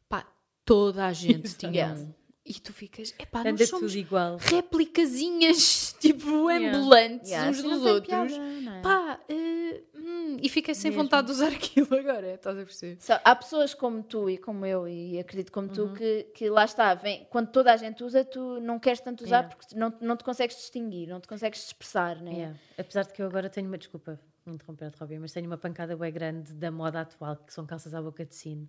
Speaker 1: pá,
Speaker 2: <laughs>
Speaker 1: toda a gente tinha
Speaker 3: Exato.
Speaker 1: um. E tu ficas, é pá,
Speaker 2: Anda
Speaker 1: nós somos
Speaker 2: tudo igual.
Speaker 1: replicazinhas <laughs> tipo
Speaker 2: Yeah.
Speaker 1: ambulantes
Speaker 3: Yeah,
Speaker 1: uns
Speaker 3: assim
Speaker 1: dos
Speaker 3: não tem
Speaker 1: outros.
Speaker 3: piada, não é?
Speaker 1: Pá, eh, hum, e fiquei sem
Speaker 2: Mesmo.
Speaker 1: vontade de usar <laughs> aquilo agora, estás a perceber?
Speaker 3: Só- há pessoas como tu e como eu, e acredito como
Speaker 2: Uhum.
Speaker 3: tu, que, que lá está, vem, quando toda a gente usa, tu não queres tanto usar
Speaker 2: Yeah.
Speaker 3: porque não, não te consegues distinguir, não te consegues expressar, né?
Speaker 2: Yeah. É, Apesar de que eu agora tenho uma desculpa, me interromper te Robin, mas tenho uma pancada bem grande da moda atual, que são calças à boca de sino.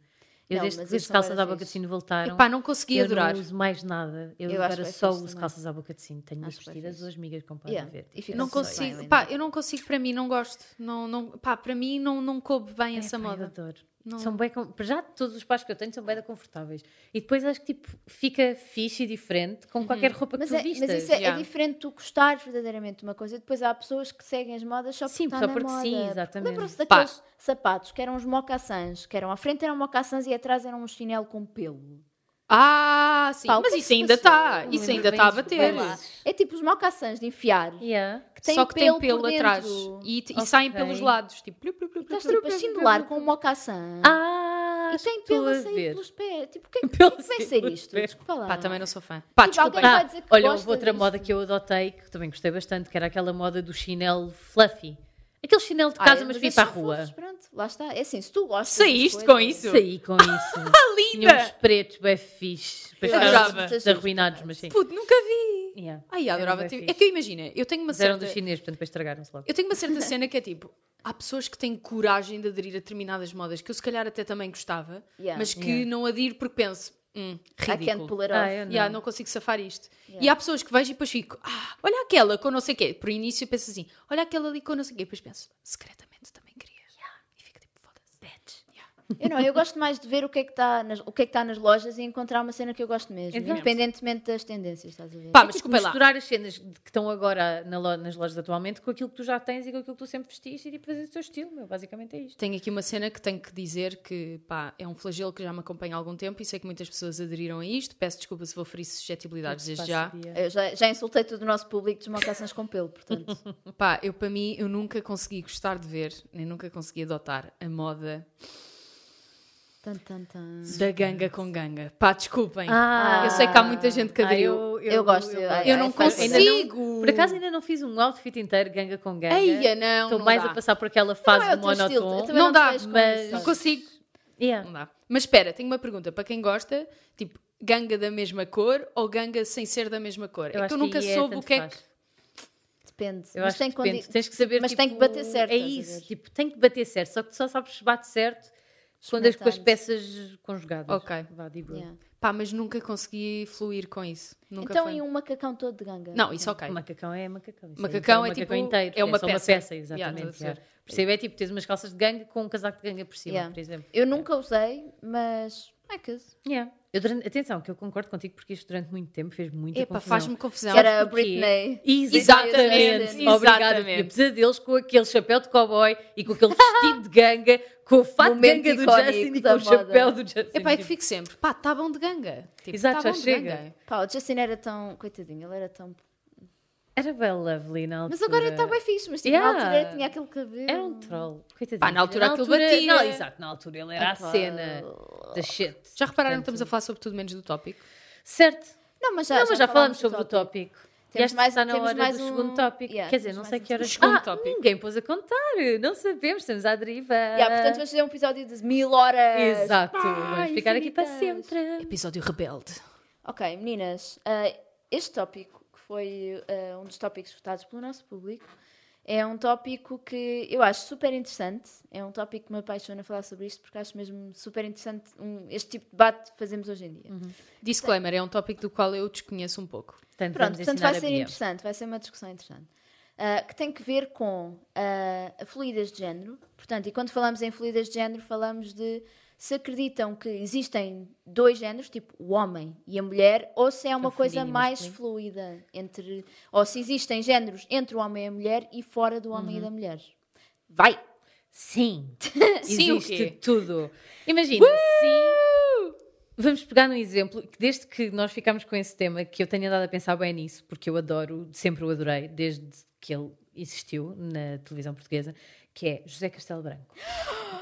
Speaker 2: Eu
Speaker 3: Não,
Speaker 2: desde
Speaker 3: mas
Speaker 2: que
Speaker 3: isso
Speaker 2: as
Speaker 3: não era
Speaker 2: calças à boca
Speaker 3: fixe.
Speaker 2: de sino voltaram,
Speaker 1: Pá, não consegui
Speaker 2: eu
Speaker 1: adorar.
Speaker 2: não uso mais nada. Eu,
Speaker 3: Eu acho
Speaker 2: agora
Speaker 3: bem
Speaker 2: só
Speaker 3: fixe
Speaker 2: uso
Speaker 3: também.
Speaker 2: calças à boca de sino. Tenho umas
Speaker 3: Acho bem
Speaker 2: vestidas
Speaker 3: fixe.
Speaker 2: duas migas com pau
Speaker 3: Yeah,
Speaker 2: a ver.
Speaker 3: e fica
Speaker 1: Não
Speaker 3: só
Speaker 1: consigo,
Speaker 3: bem,
Speaker 1: pá,
Speaker 3: linda.
Speaker 1: eu não consigo para mim, não gosto. Não, não, pá, para mim não, não coube bem essa
Speaker 2: Epá, eu
Speaker 1: moda.
Speaker 2: adoro.
Speaker 1: Não.
Speaker 2: São bem, com- para já todos os pais que eu tenho são bem confortáveis. E depois acho que tipo, fica fixe e diferente com qualquer roupa que
Speaker 3: Mas,
Speaker 2: tu
Speaker 3: é,
Speaker 2: vistas.
Speaker 3: mas isso é, é
Speaker 1: yeah.
Speaker 3: diferente tu gostares verdadeiramente de uma coisa. Depois há pessoas que seguem as modas só porque
Speaker 2: Sim,
Speaker 3: está
Speaker 2: só
Speaker 3: na
Speaker 2: porque
Speaker 3: moda.
Speaker 2: sim,
Speaker 3: Porque
Speaker 2: exatamente.
Speaker 3: Lembram-se
Speaker 1: Pá.
Speaker 3: daqueles sapatos que eram os mocassins, que eram à frente eram mocassins e atrás eram um chinelo com pelo.
Speaker 1: Ah, sim,
Speaker 3: Pá, o
Speaker 1: mas
Speaker 3: que é
Speaker 1: isso
Speaker 3: que
Speaker 1: ainda
Speaker 3: se passou?
Speaker 1: está,
Speaker 2: Não
Speaker 1: isso
Speaker 2: lembro
Speaker 1: ainda
Speaker 2: bem
Speaker 1: está a
Speaker 2: disso,
Speaker 1: bater.
Speaker 3: Vai
Speaker 2: Pois.
Speaker 3: um lá. É tipo os mocassins de enfiar.
Speaker 2: Yeah.
Speaker 3: Que têm
Speaker 1: Só que
Speaker 3: pelo
Speaker 1: tem pelo
Speaker 3: por
Speaker 1: atrás
Speaker 3: dentro.
Speaker 1: e, e
Speaker 2: Ok.
Speaker 1: saem pelos lados, tipo, plu, plu, plu,
Speaker 3: E estás
Speaker 1: plu,
Speaker 3: tipo
Speaker 1: plu,
Speaker 3: a
Speaker 1: plu, plu,
Speaker 3: chinelar
Speaker 1: plu.
Speaker 3: com um mocassin.
Speaker 2: é Ah,
Speaker 3: e tem
Speaker 2: estou
Speaker 3: pelo
Speaker 2: a
Speaker 3: a sair
Speaker 2: ver.
Speaker 3: pelos pés. Tipo, o que é que
Speaker 2: <laughs> Pelo
Speaker 3: como é que
Speaker 2: sair
Speaker 3: ser
Speaker 2: pelos
Speaker 3: isto?
Speaker 2: pés.
Speaker 3: Desculpa lá.
Speaker 1: Pá, também não sou fã. Pá,
Speaker 3: Tipo, alguém
Speaker 1: desculpem.
Speaker 3: vai
Speaker 2: Ah,
Speaker 3: dizer que
Speaker 2: olha, houve
Speaker 3: gosta
Speaker 2: outra
Speaker 3: disso.
Speaker 2: moda que eu adotei que também gostei bastante, que era aquela moda do chinelo fluffy. Aquele chinelo
Speaker 1: Ah,
Speaker 2: de casa,
Speaker 3: Olha,
Speaker 2: mas vim
Speaker 3: esses
Speaker 2: para a
Speaker 3: são
Speaker 2: rua.
Speaker 3: fofos, Pronto, lá está. É assim, se tu gostas.
Speaker 1: Saíste
Speaker 3: das
Speaker 1: com
Speaker 3: coisas-
Speaker 1: isso?
Speaker 2: Saí
Speaker 1: <laughs>
Speaker 2: com isso. Tinha uns
Speaker 1: Linda!
Speaker 2: pretos bem fixe. Depois
Speaker 1: Eu
Speaker 2: ficaram
Speaker 1: adorava.
Speaker 2: todos arruinados, mas sim.
Speaker 1: Puto, nunca vi.
Speaker 2: Yeah.
Speaker 1: Ai, adorava.
Speaker 2: Eram
Speaker 1: ter-
Speaker 2: bem
Speaker 1: É
Speaker 2: fixe.
Speaker 1: que eu imagina, eu tenho uma
Speaker 2: Mas eram
Speaker 1: certa...
Speaker 2: dos chineses, portanto, depois estragaram-se logo.
Speaker 1: Eu tenho uma <laughs> certa cena que é tipo, há pessoas que têm coragem de aderir a determinadas modas que eu se calhar até também gostava,
Speaker 3: Yeah.
Speaker 1: mas que
Speaker 2: Yeah.
Speaker 1: não adiro porque penso, hum,
Speaker 3: I can't
Speaker 1: ridículo.
Speaker 3: pull it off.
Speaker 2: Ah, eu
Speaker 1: Não.
Speaker 2: não.
Speaker 1: não consigo safar isto. E
Speaker 3: Yeah.
Speaker 1: há pessoas que vejo e depois fico, ah, olha aquela com não sei o quê. Por início penso assim, olha aquela ali com não sei o quê. Depois penso, secretamente também queria. E fico tipo, foda-se. Yeah.
Speaker 3: Eu não, eu gosto mais de ver o que é que está nas, o que é que tá nas lojas e encontrar uma cena que eu gosto mesmo,
Speaker 2: Exato.
Speaker 3: independentemente das tendências, estás a ver?
Speaker 1: Pá, mas
Speaker 2: tipo,
Speaker 1: desculpa lá.
Speaker 2: misturar as cenas de- que estão agora na lo- nas lojas atualmente com aquilo que tu já tens e com aquilo que tu sempre vestiste e tipo, fazer o teu estilo, meu. Basicamente é isto.
Speaker 1: Tenho aqui uma cena que tenho que dizer que, pá, é um flagelo que já me acompanha há algum tempo e sei que muitas pessoas aderiram a isto. Peço desculpa se vou ferir suscetibilidades desde
Speaker 2: Passa
Speaker 1: já.
Speaker 2: o dia.
Speaker 3: Eu já, já insultei todo o nosso público de mocassins com pelo,
Speaker 2: <laughs>
Speaker 3: portanto.
Speaker 1: Pá, eu para mim, eu nunca consegui gostar de ver, nem nunca consegui adotar a moda
Speaker 3: tan, tan, tan.
Speaker 1: da ganga com ganga. Pá, desculpem.
Speaker 2: Ah,
Speaker 1: eu sei que há muita gente que
Speaker 2: ah,
Speaker 1: aderiu.
Speaker 2: eu,
Speaker 3: Eu gosto, eu-
Speaker 1: eu
Speaker 3: ai,
Speaker 1: não
Speaker 3: faz-
Speaker 2: ainda não-
Speaker 1: consigo.
Speaker 2: Por acaso ainda não fiz um outfit inteiro ganga com ganga.
Speaker 1: Eia, não.
Speaker 2: Estou
Speaker 1: não
Speaker 2: mais
Speaker 1: dá.
Speaker 2: a passar por aquela fase
Speaker 3: Não é o teu estilo, eu
Speaker 2: monotom.
Speaker 3: também
Speaker 1: Não
Speaker 3: não,
Speaker 1: dá,
Speaker 3: te vejo com
Speaker 2: mas-
Speaker 3: isso.
Speaker 1: Não consigo. É
Speaker 2: Yeah.
Speaker 1: Não dá. Mas espera, tenho uma pergunta. Para quem gosta, tipo, ganga da mesma cor ou ganga sem ser da mesma cor? é que eu nunca
Speaker 2: aí
Speaker 1: soube o
Speaker 2: tanto
Speaker 1: que é
Speaker 2: faz.
Speaker 1: que.
Speaker 3: Depende.
Speaker 2: Eu
Speaker 3: mas
Speaker 2: acho
Speaker 3: tem
Speaker 2: que depende.
Speaker 3: condi-
Speaker 2: Tens que saber,
Speaker 3: mas
Speaker 2: tipo,
Speaker 3: tem que bater certo,
Speaker 2: É
Speaker 3: estás a
Speaker 2: isso,
Speaker 3: ver?
Speaker 2: tipo, tem que bater certo. Só que tu só sabes se bate certo quando as, com as
Speaker 3: Experimentar.
Speaker 2: peças conjugadas.
Speaker 1: Ok.
Speaker 2: Vá, digo eu.
Speaker 3: Yeah.
Speaker 1: Pá, mas nunca consegui fluir com isso. Nunca
Speaker 3: Então,
Speaker 1: foi.
Speaker 3: e um macacão todo de ganga?
Speaker 1: Não, isso ok.
Speaker 2: O Macacão é macacão. Isso
Speaker 1: Macacão
Speaker 2: aí
Speaker 1: é
Speaker 2: então
Speaker 1: tipo-
Speaker 2: macacão inteiro,
Speaker 1: é uma
Speaker 2: só
Speaker 1: peça.
Speaker 2: uma peça,
Speaker 1: Yeah,
Speaker 2: exatamente.
Speaker 1: estou a perceber.
Speaker 2: yeah. Percebe? É tipo, tens umas calças de ganga com um casaco de ganga por cima,
Speaker 3: Yeah.
Speaker 2: por exemplo.
Speaker 3: Eu nunca usei, mas. É que
Speaker 2: Yeah. Eu durante- atenção, que eu concordo contigo porque isto durante muito tempo fez muita
Speaker 1: Epá,
Speaker 2: confusão.
Speaker 1: faz-me confusão.
Speaker 3: Era a
Speaker 2: Porquê?
Speaker 3: Britney.
Speaker 2: Exatamente,
Speaker 1: Exatamente,
Speaker 2: obrigada.
Speaker 1: exatamente.
Speaker 2: Tinha pesadelos com aquele chapéu de cowboy e com aquele vestido de ganga, com o fato de
Speaker 3: Momento
Speaker 2: ganga do
Speaker 3: icónico
Speaker 2: Justin e
Speaker 3: da
Speaker 2: com o
Speaker 3: moda.
Speaker 2: chapéu do Justin. Tipo,
Speaker 1: É pá, é que fico sempre. Pá, está bom de ganga. Tipo,
Speaker 2: Exato,
Speaker 1: tá
Speaker 2: já
Speaker 1: bom de
Speaker 2: chega.
Speaker 1: ganga.
Speaker 3: Pá, o Justin era tão. Coitadinho, ele era tão.
Speaker 2: Era bem lovely na altura.
Speaker 3: Mas agora está bem fixe, mas tipo,
Speaker 2: Yeah.
Speaker 3: na altura ele tinha aquele cabelo.
Speaker 2: Era um troll. Coitadinho.
Speaker 1: Pá, na altura aquilo batia.
Speaker 2: Não, exato, na altura ele era a
Speaker 3: Epá.
Speaker 2: cena da shit.
Speaker 1: Já repararam que estamos a falar sobre tudo menos do tópico?
Speaker 2: Certo.
Speaker 3: Não, mas Tá, já,
Speaker 2: não, mas já
Speaker 3: falámos
Speaker 2: falámos
Speaker 3: do
Speaker 2: sobre o tópico.
Speaker 3: Temos
Speaker 2: E acho que
Speaker 3: mais-
Speaker 2: está na
Speaker 3: temos
Speaker 2: hora
Speaker 3: mais
Speaker 2: do
Speaker 3: um-
Speaker 2: segundo tópico.
Speaker 3: Yeah,
Speaker 2: Quer dizer,
Speaker 3: temos
Speaker 2: não
Speaker 3: mais
Speaker 2: sei
Speaker 3: um
Speaker 2: que horas...
Speaker 1: segundo
Speaker 2: ah,
Speaker 1: tópico.
Speaker 2: ninguém pôs a contar. Não sabemos, estamos à deriva.
Speaker 3: Yeah, portanto, vamos fazer um episódio de mil horas.
Speaker 2: Ah. Exato.
Speaker 3: Pá,
Speaker 2: vamos ficar aqui para
Speaker 3: infinitas.
Speaker 2: sempre.
Speaker 1: Episódio rebelde.
Speaker 3: Ok, meninas, ah, este tópico, que foi ah, um dos tópicos votados pelo nosso público, é um tópico que eu acho super interessante. É um tópico que me apaixona falar sobre isto, porque acho mesmo super interessante um- este tipo de debate que fazemos hoje em dia.
Speaker 1: Disclaimer, é um tópico do qual eu desconheço um pouco.
Speaker 2: Portanto,
Speaker 3: Pronto,
Speaker 2: vamos
Speaker 3: portanto
Speaker 2: ensinar
Speaker 3: vai
Speaker 2: a
Speaker 3: ser
Speaker 2: Bia.
Speaker 3: interessante, vai ser uma discussão interessante. Ah, que tem que ver com ah, a fluidez de género. Portanto, e quando falamos em fluidez de género, falamos de se acreditam que existem dois géneros, tipo o homem e a mulher, ou se é uma
Speaker 2: Masculino
Speaker 3: coisa
Speaker 2: e
Speaker 3: mais
Speaker 2: masculino.
Speaker 3: fluida entre. Ou se existem géneros entre o homem e a mulher e fora do
Speaker 2: Uhum.
Speaker 3: homem e da mulher.
Speaker 2: Oh
Speaker 3: Vai!
Speaker 2: Sim.
Speaker 1: Sim, o
Speaker 2: Existe
Speaker 1: quê?
Speaker 2: tudo. Imagina, sim. Vamos pegar num exemplo que desde que nós ficámos com esse tema, que eu tenho andado a pensar bem nisso, porque eu adoro, sempre o adorei, desde que ele existiu na televisão portuguesa, que é José Castelo Branco.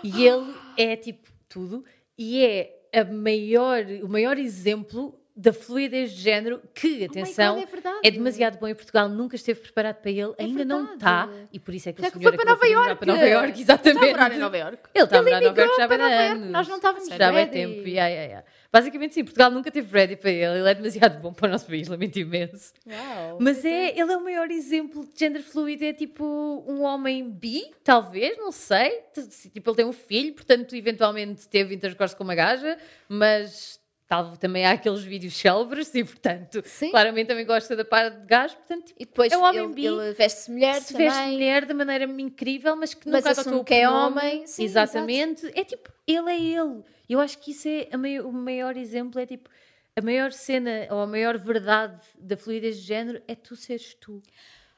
Speaker 2: E ele é tipo tudo e é a maior, o maior exemplo da fluidez de género que,
Speaker 3: Oh my
Speaker 2: atenção,
Speaker 3: God, é verdade.
Speaker 2: é demasiado bom em Portugal, nunca esteve preparado para ele,
Speaker 3: É
Speaker 2: ainda não está,
Speaker 3: verdade.
Speaker 2: e por isso é que
Speaker 3: Já
Speaker 2: o
Speaker 3: que
Speaker 2: senhor
Speaker 3: foi para
Speaker 2: acabou
Speaker 3: Nova
Speaker 2: por mudar
Speaker 3: Iorque.
Speaker 2: Para Nova Iorque, exatamente.
Speaker 3: Está a morar em Nova Iorque.
Speaker 2: Ele está a morar em
Speaker 3: Ele
Speaker 2: Nova Iorque já há
Speaker 3: para
Speaker 2: bem
Speaker 3: Nova Iorque.
Speaker 2: anos.
Speaker 3: Nós não estávamos
Speaker 2: Já há bem
Speaker 3: ready.
Speaker 2: tempo. Ya, ya, ya. Basicamente, sim, Portugal nunca teve ready para ele. Ele é demasiado bom para o nosso país, lamento imenso.
Speaker 3: Uau.
Speaker 2: Mas é, ele é o maior exemplo de género fluido. É tipo um homem bi, talvez, não sei. T- se- Tipo, ele tem um filho, portanto, eventualmente teve intercourso com uma gaja, mas talvez também há aqueles vídeos célebres e, portanto,
Speaker 3: Sim.
Speaker 2: claramente também gosta da parte de gajo. Portanto, tipo,
Speaker 3: E depois
Speaker 2: É um homem
Speaker 3: ele,
Speaker 2: bi.
Speaker 3: ele veste-se mulher
Speaker 2: se
Speaker 3: também.
Speaker 2: veste mulher de maneira incrível, mas que
Speaker 3: Mas
Speaker 2: nunca
Speaker 3: assume
Speaker 2: adotou o
Speaker 3: que é
Speaker 2: pronome.
Speaker 3: homem. Sim,
Speaker 2: Exatamente. É tipo, ele é ele. Eu acho que isso é a mai- o maior exemplo, é tipo, a maior cena ou a maior verdade da fluidez de género é tu seres tu.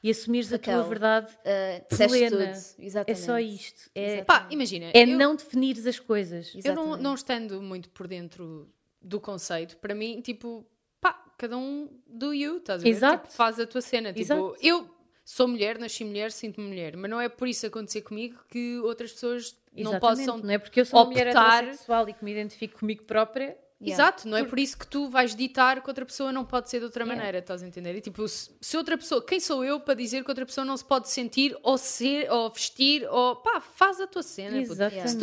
Speaker 2: E assumires a
Speaker 3: Raquel,
Speaker 2: tua verdade.
Speaker 3: Uh, disseste
Speaker 2: plena.
Speaker 3: tudo.
Speaker 2: É
Speaker 3: Exatamente.
Speaker 2: só isto. É,
Speaker 1: Pá, imagina.
Speaker 2: é
Speaker 1: eu-
Speaker 2: não definires as coisas.
Speaker 1: Eu não,
Speaker 3: Exatamente.
Speaker 1: não estando muito por dentro do conceito, para mim, tipo, pá, cada um do you, estás a ver?
Speaker 2: Exato.
Speaker 1: Tipo, faz a tua cena. Tipo,
Speaker 2: Exato.
Speaker 1: eu sou mulher, nasci mulher, sinto-me mulher, mas não é por isso acontecer comigo que outras pessoas não
Speaker 2: Exatamente.
Speaker 1: possam.
Speaker 2: Não é porque eu sou uma mulher
Speaker 1: optar-
Speaker 2: heterossexual e que me identifico comigo própria.
Speaker 3: Yeah.
Speaker 1: Exato, não é por isso que tu vais ditar que outra pessoa não pode ser de outra
Speaker 2: Yeah.
Speaker 1: maneira, estás a entender? E tipo, se, se outra pessoa, quem sou eu para dizer que outra pessoa não se pode sentir ou ser ou vestir ou pá, faz a tua cena. puto. Se tu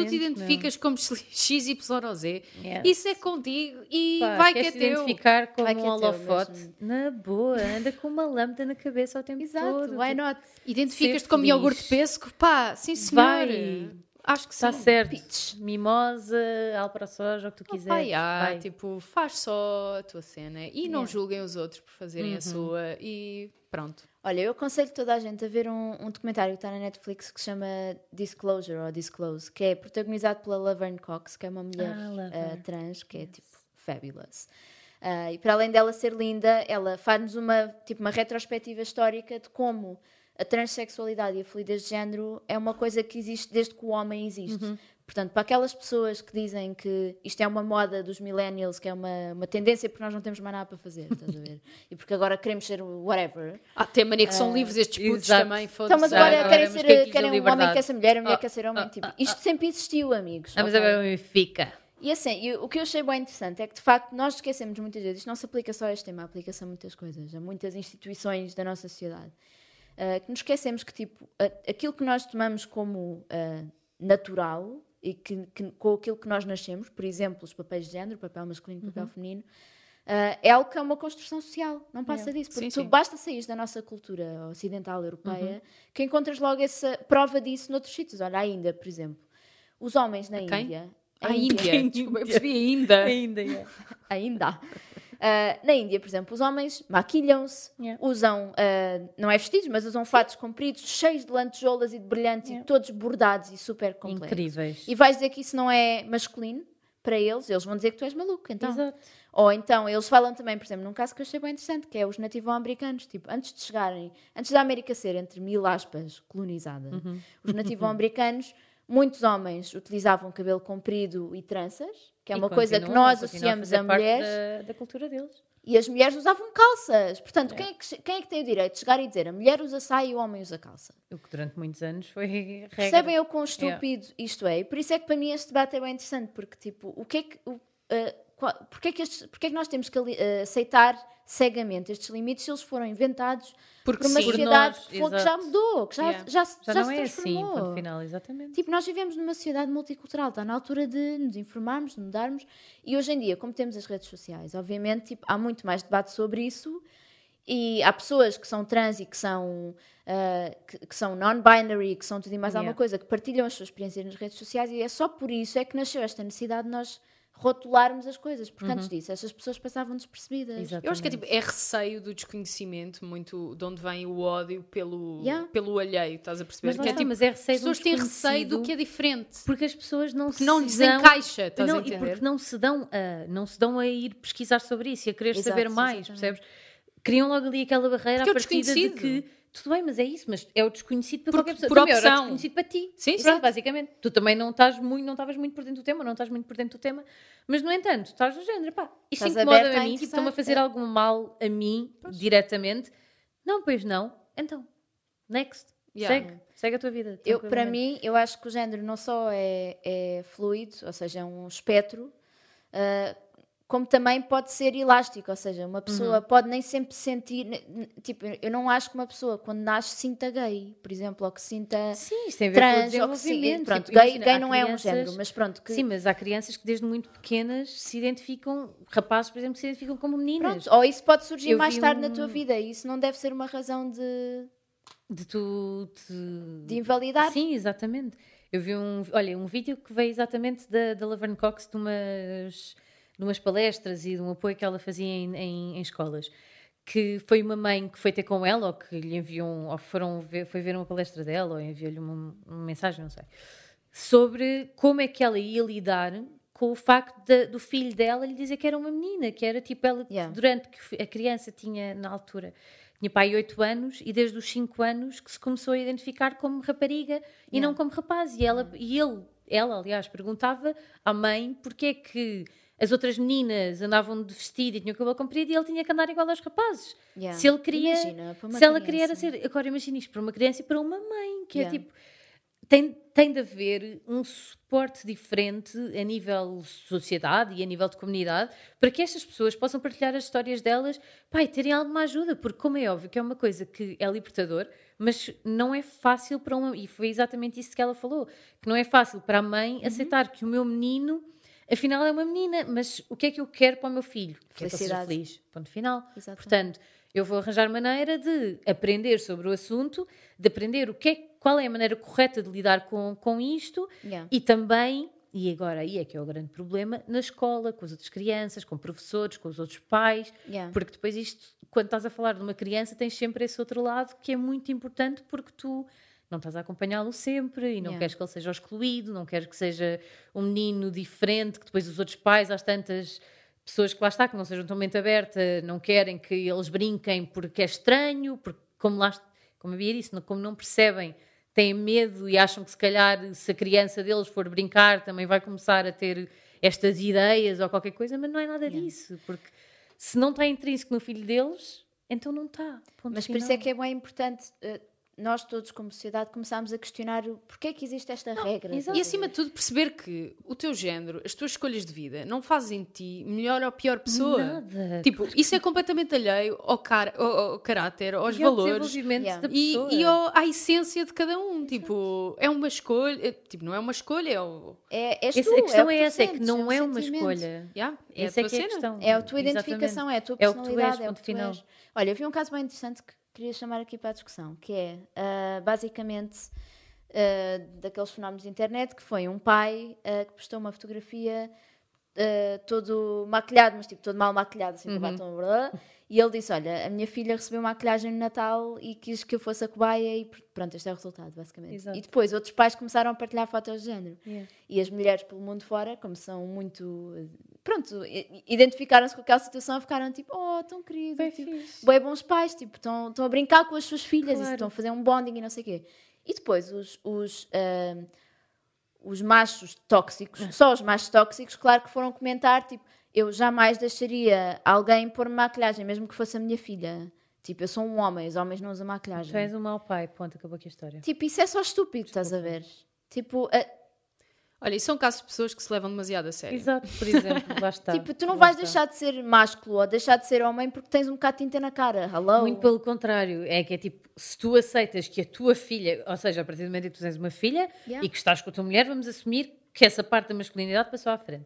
Speaker 2: Exatamente,
Speaker 1: te identificas como X, Y ou Z,
Speaker 2: Yeah.
Speaker 1: isso é contigo e
Speaker 2: Pá,
Speaker 1: vai que é
Speaker 2: queres te
Speaker 1: teu.
Speaker 2: identificar como
Speaker 3: Vai que
Speaker 2: um
Speaker 3: é teu
Speaker 2: holofote.
Speaker 3: mesmo.
Speaker 2: Na boa, anda com uma lâmpada na cabeça o tempo todo.
Speaker 3: Exato. Why
Speaker 2: tipo,
Speaker 3: not?
Speaker 1: Identificas-te
Speaker 2: Ser
Speaker 1: como
Speaker 2: feliz.
Speaker 1: iogurte pesco? Pá, sim senhor.
Speaker 2: Vai.
Speaker 1: Acho que
Speaker 2: Está
Speaker 1: sim.
Speaker 2: tá certo. Mimosa, alpraçoja, o que tu
Speaker 1: Oh, pá,
Speaker 2: quiseres.
Speaker 1: já,
Speaker 2: vai.
Speaker 1: tipo, faz só a tua cena e não
Speaker 3: Yeah.
Speaker 1: julguem os outros por fazerem
Speaker 2: Uhum.
Speaker 1: a sua e pronto.
Speaker 3: Olha, eu aconselho toda a gente a ver um, um documentário que está na Netflix que se chama Disclosure ou Disclose, que é protagonizado pela Laverne Cox, que é uma mulher
Speaker 2: Ah, Laverne.
Speaker 3: eh, trans, que é tipo fabulous. Ah, e para além dela ser linda, ela faz-nos uma, tipo, uma retrospectiva histórica de como a transexualidade e a fluidez de género é uma coisa que existe desde que o homem existe.
Speaker 2: Uhum.
Speaker 3: Portanto, para aquelas pessoas que dizem que isto é uma moda dos millennials, que é uma, uma tendência porque nós não temos mais nada para fazer, estás a
Speaker 2: <laughs>
Speaker 3: ver? E porque agora queremos ser o whatever.
Speaker 1: Ah, tem mania que são livres estes putos
Speaker 2: exato.
Speaker 1: também.
Speaker 3: Então,
Speaker 1: foda-se.
Speaker 3: mas
Speaker 2: Exato.
Speaker 1: Ah,
Speaker 3: agora
Speaker 2: Agora,
Speaker 3: querem,
Speaker 2: mas
Speaker 3: ser,
Speaker 2: quem quis a
Speaker 3: querem um homem
Speaker 2: liberdade?
Speaker 3: quer ser mulher, a mulher
Speaker 2: Ah,
Speaker 3: quer ser homem.
Speaker 2: ah,
Speaker 3: tipo,
Speaker 2: ah,
Speaker 3: isto sempre existiu, amigos.
Speaker 2: Vamos
Speaker 3: ok?
Speaker 2: a ver onde é fica.
Speaker 3: E assim, e o que eu achei bem interessante é que, de facto, nós esquecemos muitas vezes, isto não se aplica só a este tema, aplica-se a muitas coisas, a muitas instituições da nossa sociedade, ah, que nos esquecemos que, tipo, a- aquilo que nós tomamos como ah, natural e que, que- com aquilo que nós nascemos, por exemplo, os papéis de género, papel masculino, papel
Speaker 1: Uhum.
Speaker 3: feminino, ah, é algo que é uma construção social, não passa disso, porque
Speaker 1: Sim,
Speaker 3: tu
Speaker 1: sim. Uhum.
Speaker 3: basta sair da nossa cultura ocidental europeia que encontras logo essa prova disso noutros sítios. Olha, a Índia, por exemplo. Os homens na
Speaker 1: A quem?
Speaker 3: Índia.
Speaker 1: A Índia.
Speaker 2: Índia.
Speaker 1: Desculpa, eu percebi ainda.
Speaker 2: Ainda <laughs> é.
Speaker 3: Ainda. há. Ah, na Índia, por exemplo, os homens maquilham-se,
Speaker 2: Yeah.
Speaker 3: usam, ah, não é vestidos, mas usam fatos compridos, cheios de lantejoulas e de brilhantes
Speaker 2: Yeah.
Speaker 3: e todos bordados e super completos.
Speaker 2: Incríveis.
Speaker 3: E vais dizer que isso não é masculino para eles, eles vão dizer que tu és maluco, então.
Speaker 2: Exato.
Speaker 3: Ou então, eles falam também, por exemplo, num caso que eu achei bem interessante, que é os nativo-americanos. Tipo, antes de chegarem, antes da América ser, entre mil aspas, colonizada, né?
Speaker 2: Uhum.
Speaker 3: os
Speaker 2: <laughs>
Speaker 3: nativo-americanos, muitos homens utilizavam cabelo comprido e tranças, que é
Speaker 2: E
Speaker 3: uma coisa que
Speaker 2: continuam,
Speaker 3: nós
Speaker 2: continuam
Speaker 3: associamos
Speaker 2: fazer
Speaker 3: a
Speaker 2: parte
Speaker 3: mulheres.
Speaker 2: Da, da cultura deles.
Speaker 3: E as mulheres usavam calças. Portanto, quem, é que, quem é que tem o direito de chegar e dizer a mulher usa saia e o homem usa calça?
Speaker 2: O que durante muitos anos foi <laughs> regra.
Speaker 3: Percebem eu quão
Speaker 2: Yeah.
Speaker 3: estúpido isto é? E por isso é que para mim este debate é bem interessante, porque tipo, o que é que. o- ah, qual- porque, é que estes- porque é que nós temos que ali- ah, aceitar cegamente estes limites se eles foram inventados
Speaker 1: Porque
Speaker 3: por uma
Speaker 1: sim.
Speaker 2: Por
Speaker 3: sociedade
Speaker 2: nós,
Speaker 3: que, foi- que já
Speaker 2: exato.
Speaker 3: mudou, que já,
Speaker 1: Yeah.
Speaker 3: já, se-
Speaker 2: Já,
Speaker 3: já
Speaker 2: não
Speaker 3: se
Speaker 2: é assim,
Speaker 3: transformou?
Speaker 2: ponto final, exatamente.
Speaker 3: Tipo, nós vivemos numa sociedade multicultural, está na altura de nos informarmos, de mudarmos. E hoje em dia, como temos as redes sociais, obviamente tipo, há muito mais debate sobre isso. E há pessoas que são trans e que são, ah, que, que são non-binary, que são tudo e mais alguma
Speaker 2: Yeah.
Speaker 3: coisa, que partilham as suas experiências nas redes sociais. E é só por isso é que nasceu esta necessidade de nós rotularmos as coisas.
Speaker 2: Uhum.
Speaker 3: Porque antes disso, essas pessoas passavam despercebidas.
Speaker 2: Exatamente.
Speaker 1: Eu acho que é, tipo, é receio do desconhecimento, muito de onde vem o ódio pelo,
Speaker 3: Yeah.
Speaker 1: pelo alheio, estás a perceber?
Speaker 2: Mas, lá
Speaker 1: que é,
Speaker 2: está,
Speaker 1: tipo,
Speaker 2: mas é
Speaker 1: as
Speaker 2: receio de um
Speaker 1: pessoas têm receio do
Speaker 2: desconhecido,
Speaker 1: que é diferente,
Speaker 2: Porque as pessoas não
Speaker 1: que não
Speaker 2: se
Speaker 1: lhes
Speaker 2: dão-
Speaker 1: encaixa, estás
Speaker 2: não,
Speaker 1: a
Speaker 2: e
Speaker 1: entender?
Speaker 2: porque não se dão a, não se dão a ir pesquisar sobre isso e a querer
Speaker 3: Exato,
Speaker 2: saber mais,
Speaker 3: exatamente.
Speaker 2: percebes? Criam logo ali aquela barreira
Speaker 1: Porque é o
Speaker 2: à partida de
Speaker 1: desconhecido.
Speaker 2: que tudo bem, mas é isso, mas é o desconhecido para
Speaker 1: Por-
Speaker 2: qualquer pessoa.
Speaker 1: por
Speaker 2: também era
Speaker 1: opção.
Speaker 2: o desconhecido para ti.
Speaker 1: Sim,
Speaker 2: Pronto,
Speaker 1: sim.
Speaker 2: basicamente. Tu também não estás muito, não estavas muito por dentro do tema, não estás muito por dentro do tema, mas no entanto, estás do género, pá, isto
Speaker 3: Estás
Speaker 2: incomoda-me a
Speaker 3: aberta a
Speaker 2: mim, tipo,
Speaker 3: interessar,
Speaker 2: estão a fazer
Speaker 3: é.
Speaker 2: algum mal a mim diretamente. Não, pois não. Então, next.
Speaker 1: Yeah.
Speaker 2: Segue, segue a tua vida.
Speaker 3: Eu, para
Speaker 2: tranquilamente.
Speaker 3: mim, eu acho que o género não só é, é fluido, ou seja, é um espectro, ah, como também pode ser elástico, ou seja, uma
Speaker 2: Uhum.
Speaker 3: pessoa pode nem sempre sentir, ne- ne- tipo, eu não acho que uma pessoa quando nasce sinta gay, por exemplo, ou que sinta
Speaker 2: Sim, isto tem a ver com o
Speaker 3: trans, ou que sinta,
Speaker 2: desenvolvimento.
Speaker 3: pronto,
Speaker 2: Tipo,
Speaker 3: gay,
Speaker 2: imagina,
Speaker 3: gay
Speaker 2: há
Speaker 3: não é um
Speaker 2: crianças-
Speaker 3: género, mas pronto, que,
Speaker 2: Sim, mas há crianças que desde muito pequenas se identificam, rapazes, por exemplo, que se identificam como meninas.
Speaker 3: pronto, ou isso pode surgir
Speaker 2: Eu
Speaker 3: mais
Speaker 2: vi
Speaker 3: tarde
Speaker 2: um-
Speaker 3: na tua vida, e isso não deve ser uma razão de,
Speaker 2: De tu te...
Speaker 3: de invalidar.
Speaker 2: Sim, exatamente. Eu vi um, olha, um vídeo que veio exatamente da, da Laverne Cox de umas, de umas palestras e de um apoio que ela fazia em, em- em escolas. Que foi uma mãe que foi ter com ela, ou que lhe enviou, um- ou foram ver, foi ver uma palestra dela, ou enviou-lhe uma, uma mensagem, não sei, sobre como é que ela ia lidar com o facto da- do filho dela lhe dizer que era uma menina, que era tipo ela,
Speaker 3: Yeah.
Speaker 2: durante que o fi- a criança tinha, na altura, tinha pai 8 anos e desde os 5 anos que se começou a identificar como rapariga e não como rapaz. E, ela, e ele, ela, aliás, perguntava à mãe porque é que as outras meninas andavam de vestido e tinham o cabelo comprido e ele tinha que andar igual aos rapazes.
Speaker 3: Yeah.
Speaker 2: Se ele queria.
Speaker 3: Imagina, para uma
Speaker 2: se ela
Speaker 3: criança.
Speaker 2: queria era ser. Agora imagina isto para uma criança e para uma mãe, que
Speaker 3: Yeah.
Speaker 2: é tipo. Tem, tem de haver um suporte diferente a nível sociedade e a nível de comunidade para que estas pessoas possam partilhar as histórias delas pá, e terem alguma ajuda, porque, como é óbvio, que é uma coisa que é libertador, mas não é fácil para uma. E foi exatamente isso que ela falou: que não é fácil para a mãe
Speaker 3: Uhum.
Speaker 2: aceitar que o meu menino, afinal, é uma menina, mas o que é que eu quero para o meu filho? Que é para seja
Speaker 3: Felicidade.
Speaker 2: feliz. Ponto final.
Speaker 3: Exatamente.
Speaker 2: Portanto, eu vou arranjar maneira de aprender sobre o assunto, de aprender o que é, qual é a maneira correta de lidar com, com isto
Speaker 3: Yeah.
Speaker 2: e também, e agora aí é que é o grande problema, na escola, com as outras crianças, com professores, com os outros pais,
Speaker 3: Yeah.
Speaker 2: porque depois isto, quando estás a falar de uma criança, tens sempre esse outro lado que é muito importante porque tu não estás a acompanhá-lo sempre e não
Speaker 3: Yeah.
Speaker 2: queres que ele seja o excluído, não queres que seja um menino diferente, que depois os outros pais, às tantas pessoas que lá está, que não sejam tão mente aberta, não querem que eles brinquem porque é estranho, porque como lá, como havia disse, não- como não percebem, têm medo e acham que se calhar se a criança deles for brincar também vai começar a ter estas ideias ou qualquer coisa, mas não é nada
Speaker 3: Yeah.
Speaker 2: disso, porque se não está intrínseco no filho deles, então não está. Ponto
Speaker 3: Mas por isso
Speaker 2: final.
Speaker 3: é que é bem importante eh, nós todos, como sociedade, começarmos a questionar o porquê é que existe esta regra.
Speaker 2: exato.
Speaker 1: E acima de tudo, perceber que o teu género, as tuas escolhas de vida, não fazem de ti melhor ou pior pessoa.
Speaker 2: Nada.
Speaker 1: Tipo, isso é completamente alheio ao, car ao, ao caráter, aos
Speaker 2: Tipo, E ao
Speaker 1: valores
Speaker 2: desenvolvimento da
Speaker 3: Yeah.
Speaker 1: e,
Speaker 2: pessoa.
Speaker 1: e ao- à essência de cada um. Tipo, é uma escolha. é- Tipo, não é uma escolha, é o.
Speaker 3: É, és
Speaker 2: Esse-
Speaker 3: tu,
Speaker 2: a questão
Speaker 3: o
Speaker 2: é,
Speaker 3: que tu
Speaker 2: essa, é que
Speaker 3: sentes,
Speaker 2: não
Speaker 3: um
Speaker 2: é uma
Speaker 3: sentimento.
Speaker 2: escolha.
Speaker 1: Yeah, é
Speaker 2: Essa
Speaker 1: a
Speaker 2: é
Speaker 1: tua
Speaker 2: que é a
Speaker 1: cena.
Speaker 2: questão.
Speaker 3: É a tua
Speaker 2: Exatamente.
Speaker 3: identificação, é a tua
Speaker 2: É o que tu és,
Speaker 3: personalidade, é o
Speaker 2: ponto
Speaker 3: que tu
Speaker 2: final.
Speaker 3: és. Olha, eu vi um caso bem interessante que queria chamar aqui para a discussão, que é ah, basicamente ah, daqueles fenómenos de internet que foi um pai ah, que postou uma fotografia ah, todo maquilhado, mas tipo todo mal maquilhado, assim,
Speaker 2: Uhum.
Speaker 3: com batom, blá, blá, e ele disse: Olha, a minha filha recebeu maquilhagem no Natal e quis que eu fosse a cobaia, e pr- pronto, este é o resultado, basicamente.
Speaker 2: Exato.
Speaker 3: E depois outros pais começaram a partilhar fotos de género.
Speaker 2: Yeah.
Speaker 3: E as mulheres pelo mundo fora, como são muito. eh, Pronto, i- identificaram-se com aquela situação e ficaram tipo, oh, tão querido.
Speaker 2: Bem
Speaker 3: tipo,
Speaker 2: é fixe.
Speaker 3: bué bons pais, tipo, estão estão a brincar com as suas filhas e
Speaker 2: Claro.
Speaker 3: estão a fazer um bonding e não sei o quê. E depois os, os, ah, os machos tóxicos,
Speaker 2: Hum.
Speaker 3: só os machos tóxicos, claro que foram comentar, tipo, eu jamais deixaria alguém pôr maquilhagem, mesmo que fosse a minha filha. Tipo, eu sou um homem, os homens não usam maquilhagem.
Speaker 2: Tu és um mau pai, ponto, acabou aqui a história.
Speaker 3: Tipo, isso é só estúpido, estás a ver? Tipo, a-
Speaker 1: Olha, isso é um caso de pessoas que se levam demasiado a sério.
Speaker 2: Exato, por exemplo, lá está.
Speaker 3: Tipo, tu não
Speaker 2: lá
Speaker 3: vais
Speaker 2: está.
Speaker 3: deixar de ser másculo ou deixar de ser homem porque tens um bocado de tinta na cara. Hello?
Speaker 2: Muito pelo contrário, é que é tipo, se tu aceitas que a tua filha, ou seja, a partir do momento em que tu tens uma filha
Speaker 3: Yeah.
Speaker 2: e que estás com a tua mulher, vamos assumir que essa parte da masculinidade passou à frente.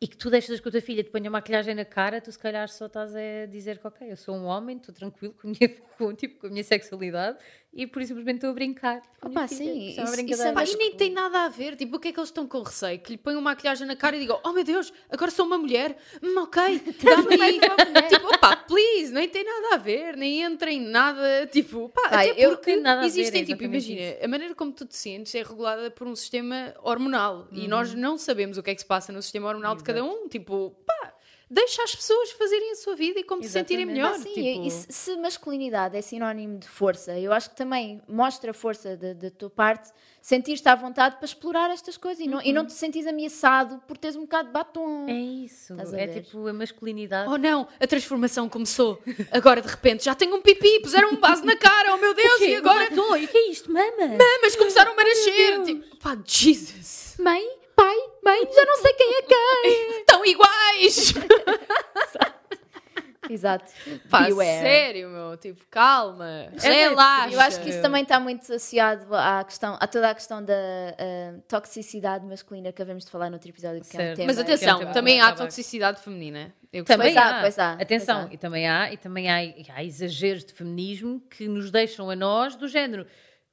Speaker 2: E que tu deixas que a tua filha te ponha maquilhagem na cara, tu se calhar só estás a dizer que, ok, eu sou um homem, estou tranquilo com a minha, <laughs> com, tipo, com a minha sexualidade e por isso simplesmente estou a brincar. com a minha
Speaker 3: Opa,
Speaker 2: filha,
Speaker 3: sim,
Speaker 2: que é uma
Speaker 3: isso- isso é
Speaker 2: brincadeira.
Speaker 1: Pá,
Speaker 3: mais-
Speaker 1: e nem tem nada a ver. Tipo, o que é que eles estão com receio? Que lhe ponham maquilhagem na cara e digam: Oh meu Deus, agora sou uma mulher. Hum,
Speaker 3: <laughs>
Speaker 1: ok, dá-me aí. tipo, opá, please, nem tem nada a ver. Nem entra em nada. Tipo, pá,
Speaker 3: Pá,
Speaker 1: até
Speaker 3: eu-
Speaker 1: porque
Speaker 2: Tem nada a ver,
Speaker 1: existem,
Speaker 2: é
Speaker 1: tipo,
Speaker 2: exatamente
Speaker 1: imagina, a maneira como tu te sentes é regulada por um sistema hormonal. E nós
Speaker 3: Uhum.
Speaker 1: não sabemos o que é que se passa no sistema hormonal de cada um. Tipo, pá, deixa as pessoas fazerem a sua vida e como se sentirem
Speaker 2: Exatamente.
Speaker 1: melhor.
Speaker 3: Ah, sim,
Speaker 1: tipo...
Speaker 3: e se, se masculinidade é sinónimo de força, eu acho que também mostra força da da tua parte sentir-te à vontade para explorar estas coisas e, não, e não te sentires ameaçado por teres um bocado de batom.
Speaker 2: É isso,
Speaker 3: Estás a
Speaker 2: é
Speaker 3: ver?
Speaker 2: tipo a masculinidade.
Speaker 1: Oh não, a transformação começou. Agora de repente já tenho um pipi, puseram um vaso na cara, oh meu Deus, e agora. Ah,
Speaker 2: Tô, e o que é isto, mama?
Speaker 1: Mas começaram a nascer. Tipo, pá, Jesus.
Speaker 3: Mãe, pai, mãe, já não sei quem é quem.
Speaker 1: Então
Speaker 3: <laughs>
Speaker 1: iguais!
Speaker 3: Exato.
Speaker 1: Pá,
Speaker 3: Beware.
Speaker 1: sério, meu. Tipo, calma.
Speaker 2: É,
Speaker 1: Relaxa.
Speaker 3: Eu acho que isso também está muito associado à questão, a toda a questão da ah, toxicidade masculina que havemos de falar noutro episódio. Que é um
Speaker 2: Certo.
Speaker 3: tema
Speaker 1: Mas
Speaker 2: também,
Speaker 1: atenção,
Speaker 2: que é um tema
Speaker 1: também
Speaker 2: bom,
Speaker 1: há
Speaker 2: tá bem.
Speaker 1: toxicidade feminina. Eu
Speaker 2: Também
Speaker 3: Pois
Speaker 2: há,
Speaker 3: há, pois há, pois
Speaker 2: Atenção,
Speaker 3: há.
Speaker 2: e também há, e também há, e há exageros de feminismo que nos deixam a nós do género.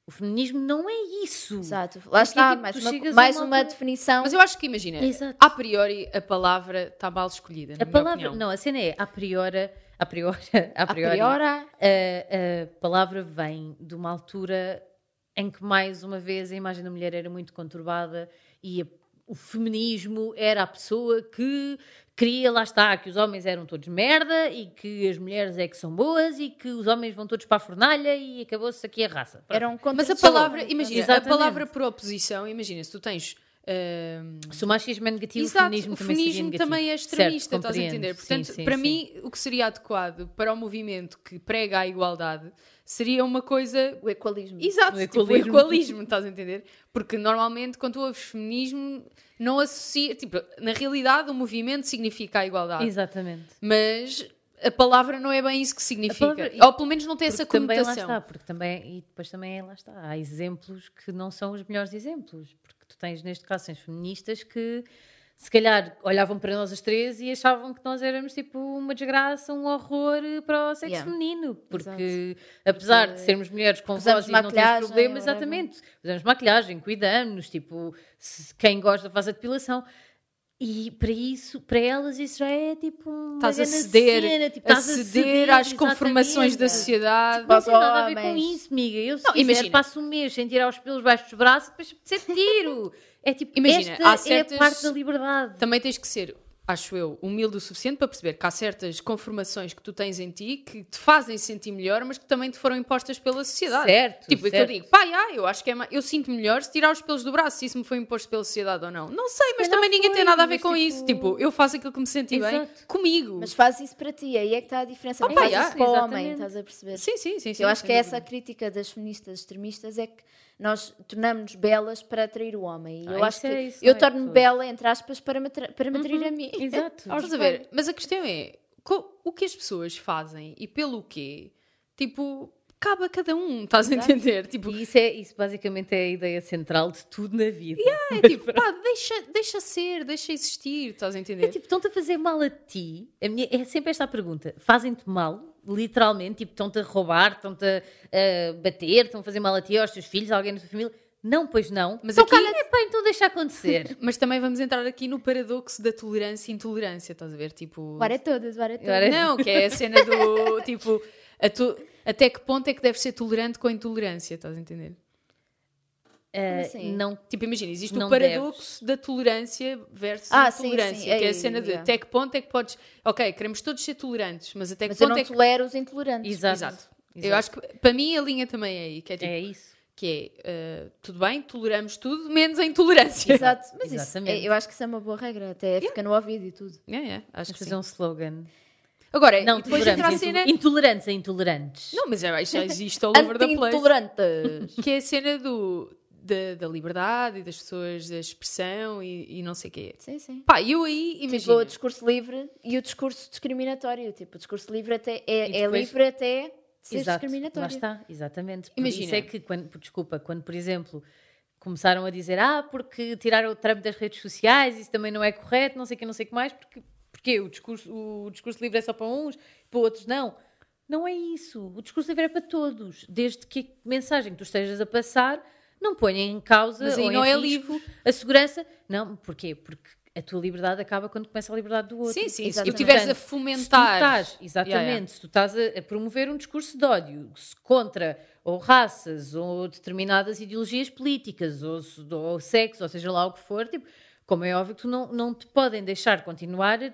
Speaker 2: O feminismo não é isso.
Speaker 3: Exato.
Speaker 2: Porque,
Speaker 3: Lá está,
Speaker 2: tipo,
Speaker 3: mais
Speaker 2: tu
Speaker 3: uma,
Speaker 2: chegas a
Speaker 3: mais
Speaker 2: uma
Speaker 3: uma
Speaker 2: altura-
Speaker 3: definição.
Speaker 1: Mas eu acho que, imagina,
Speaker 2: Exato.
Speaker 1: a priori a palavra está mal escolhida.
Speaker 2: A palavra, não, a cena é a priori, a priori, <laughs> a
Speaker 3: a
Speaker 2: priori,
Speaker 3: priora,
Speaker 2: a, a palavra vem de uma altura em que, mais uma vez, a imagem da mulher era muito conturbada e a- o feminismo era a pessoa que queria, lá está, que os homens eram todos merda e que as mulheres é que são boas e que os homens vão todos para a fornalha e acabou-se aqui a raça. Pronto.
Speaker 3: era um contra-
Speaker 1: Mas a palavra, imagina,
Speaker 2: Exatamente.
Speaker 1: a palavra por oposição, imagina, se tu tens. hum, ahm,
Speaker 2: Se o machismo é negativo,
Speaker 1: Exato,
Speaker 2: o feminismo,
Speaker 1: o feminismo
Speaker 2: também, seria negativo.
Speaker 1: também é
Speaker 2: Certo,
Speaker 1: extremista, estás a
Speaker 2: compreendo.
Speaker 1: entender?
Speaker 2: Sim,
Speaker 1: Portanto,
Speaker 2: sim,
Speaker 1: para
Speaker 2: sim.
Speaker 1: mim, o que seria adequado para o movimento que prega a igualdade seria uma coisa.
Speaker 3: o equalismo.
Speaker 1: Exato,
Speaker 2: O
Speaker 1: tipo, o
Speaker 2: equalismo.
Speaker 1: equalismo, estás a entender? Porque normalmente quando tu ouves feminismo, não associa. Tipo, na realidade, o movimento significa a igualdade.
Speaker 2: Exatamente.
Speaker 1: Mas a palavra não é bem isso que significa.
Speaker 2: palavra-
Speaker 1: Ou pelo menos não tem essa
Speaker 2: Porque também lá
Speaker 1: conotação.
Speaker 2: está, porque também, e depois também é, lá está, há exemplos que não são os melhores exemplos, porque tu tens neste caso tens feministas que se calhar olhavam para nós as três e achavam que nós éramos tipo uma desgraça, um horror para o sexo
Speaker 3: Yeah.
Speaker 2: feminino, porque apesar de sermos mulheres com
Speaker 3: usamos
Speaker 2: voz e não
Speaker 3: maquilhagem,
Speaker 2: temos problemas,
Speaker 3: whatever.
Speaker 2: exatamente, usamos maquilhagem, cuidamos-nos, tipo, se- quem gosta faz a depilação. E para isso, para elas, isso já é tipo. uma
Speaker 1: Estás a
Speaker 2: grande
Speaker 1: ceder,
Speaker 2: cena, tipo,
Speaker 1: a
Speaker 2: estás
Speaker 1: ceder, às conformações da
Speaker 2: exatamente.
Speaker 1: sociedade.
Speaker 2: Não tem
Speaker 3: Aos
Speaker 2: nada a ver com
Speaker 3: homens.
Speaker 2: isso, amiga. Eu se
Speaker 1: Não,
Speaker 2: quiser,
Speaker 1: imagina.
Speaker 2: passo um mês sem tirar os pelos baixo dos braços, depois se tiro. É tipo,
Speaker 1: Imagina,
Speaker 2: esta
Speaker 1: há certas-
Speaker 2: é a parte da
Speaker 1: <laughs>
Speaker 2: liberdade.
Speaker 1: Também tens que ser, acho eu, humilde o suficiente para perceber que há certas conformações que tu tens em ti que te fazem sentir melhor, mas que também te foram impostas pela sociedade.
Speaker 2: Certo,
Speaker 1: Tipo, é que eu
Speaker 2: certo.
Speaker 1: digo, pá, já, eu acho que é ma- eu sinto melhor se tirar os pelos do braço, se isso me foi imposto pela sociedade ou não. Não sei, mas,
Speaker 2: Mas não
Speaker 1: também ninguém
Speaker 2: foi,
Speaker 1: tem nada a ver
Speaker 2: mas
Speaker 1: com
Speaker 2: tipo-
Speaker 1: isso. Tipo, eu faço aquilo que me senti bem
Speaker 2: Exato.
Speaker 1: comigo.
Speaker 3: Mas faz isso para ti, aí é que está a diferença. não
Speaker 1: Opa,
Speaker 3: faz
Speaker 1: yeah,
Speaker 3: isso para o
Speaker 2: exatamente.
Speaker 3: homem, estás a perceber?
Speaker 1: sim, sim, sim, sim.
Speaker 3: Eu acho que é
Speaker 1: sem
Speaker 3: essa a
Speaker 1: dúvida.
Speaker 3: crítica das feministas extremistas é que nós tornamos-nos belas para atrair o homem. E eu
Speaker 2: Ah,
Speaker 3: acho
Speaker 2: isso
Speaker 3: que
Speaker 2: é isso,
Speaker 3: eu
Speaker 2: não é?
Speaker 3: torno-me
Speaker 2: Pois.
Speaker 3: bela, entre aspas, para me, tra- para me atrair a mim. <laughs>
Speaker 2: Exato.
Speaker 1: Estás a ver? Mas a questão é co- o que as pessoas fazem e pelo quê? Tipo, cabe a cada um, estás a entender? Tipo,
Speaker 2: E isso, é, isso basicamente é a ideia central de tudo na vida.
Speaker 1: <laughs> é tipo, pá, deixa, deixa ser, deixa existir, estás a entender?
Speaker 2: É tipo, estão-te a fazer mal a ti? A minha- é sempre esta a pergunta. Fazem-te mal, literalmente? Tipo, estão-te a roubar, estão-te a a bater, estão a fazer mal a ti, aos teus filhos, a alguém na tua família? Não, pois não.
Speaker 1: Mas
Speaker 2: então,
Speaker 1: aqui-
Speaker 2: calha, é pá, então deixa acontecer.
Speaker 1: Mas também vamos entrar aqui no paradoxo da tolerância e intolerância, estás a ver? Tipo,
Speaker 3: Para todas, para todas.
Speaker 2: Agora-
Speaker 1: não, que é a cena <laughs> do tipo, a tu- até que ponto é que deves ser tolerante com a intolerância, estás a entender?
Speaker 2: Ah,
Speaker 3: assim?
Speaker 2: Não
Speaker 1: Tipo, imagina, existe
Speaker 2: Não
Speaker 1: o paradoxo da tolerância versus
Speaker 3: Ah,
Speaker 1: a
Speaker 3: sim, sim,
Speaker 1: tolerância,
Speaker 3: é
Speaker 1: que é a
Speaker 3: isso,
Speaker 1: cena de
Speaker 3: yeah.
Speaker 1: até que ponto é que podes. Ok, queremos todos ser tolerantes, mas até
Speaker 3: Mas
Speaker 1: que
Speaker 3: eu
Speaker 1: ponto
Speaker 3: não
Speaker 1: é que.
Speaker 3: tolero os intolerantes.
Speaker 2: Exato.
Speaker 1: Exato. Eu
Speaker 2: Exato.
Speaker 1: acho que para mim a linha também é aí, que é tipo,
Speaker 2: é isso.
Speaker 1: que é, uh, tudo bem, toleramos tudo, menos a intolerância. <laughs>
Speaker 3: <laughs> Exato. Mas isso,
Speaker 2: Exatamente.
Speaker 3: eu acho que isso é uma boa regra, até fica no ouvido e tudo.
Speaker 1: É, é, acho
Speaker 2: Vamos
Speaker 3: Assim.
Speaker 1: que sim.
Speaker 2: fazer um slogan.
Speaker 1: Agora,
Speaker 2: Não,
Speaker 1: e É, depois entra a
Speaker 2: tolerantes.
Speaker 1: cena.
Speaker 2: Intoler- Intolerantes a intolerantes.
Speaker 1: Não, mas eu acho que já existe all over the place. <laughs>
Speaker 3: Anti-intolerantes.
Speaker 1: Que é a cena do, da, da liberdade e das pessoas, da expressão e, e não sei o quê.
Speaker 3: sim, sim.
Speaker 1: Pá, eu aí,
Speaker 3: Tipo, o
Speaker 1: imagina.
Speaker 3: discurso livre e o discurso discriminatório. Tipo, o discurso livre até é,
Speaker 2: E
Speaker 3: é
Speaker 2: depois-
Speaker 3: livre até ser
Speaker 2: Lá
Speaker 3: discriminatório.
Speaker 2: está, exatamente. Por
Speaker 1: Imagina.
Speaker 2: Isso é que, quando, por- desculpa, quando, por exemplo, começaram a dizer ah, porque tiraram o Trump das redes sociais, isso também não é correto, não sei o que, não sei o que mais, porque, porque o, discurso, o discurso livre é só para uns, para outros não. Não é isso. O discurso livre é para todos, desde que a mensagem que tu estejas a passar não ponha em causa
Speaker 1: Mas aí
Speaker 2: ou
Speaker 1: não
Speaker 2: em
Speaker 1: é
Speaker 2: risco
Speaker 1: livre.
Speaker 2: a segurança. Não, porquê? Porque a tua liberdade acaba quando começa a liberdade do outro.
Speaker 1: Sim, sim, se tu
Speaker 3: Exatamente.
Speaker 1: estiveres a
Speaker 2: Portanto, se tu
Speaker 1: fomentar.
Speaker 2: estás, exatamente,
Speaker 1: Yeah, yeah.
Speaker 2: se tu estás a, a promover um discurso de ódio se contra ou raças ou determinadas ideologias políticas ou, se- ou sexo, ou seja lá o que for, tipo, como é óbvio que tu não, não te podem deixar continuar a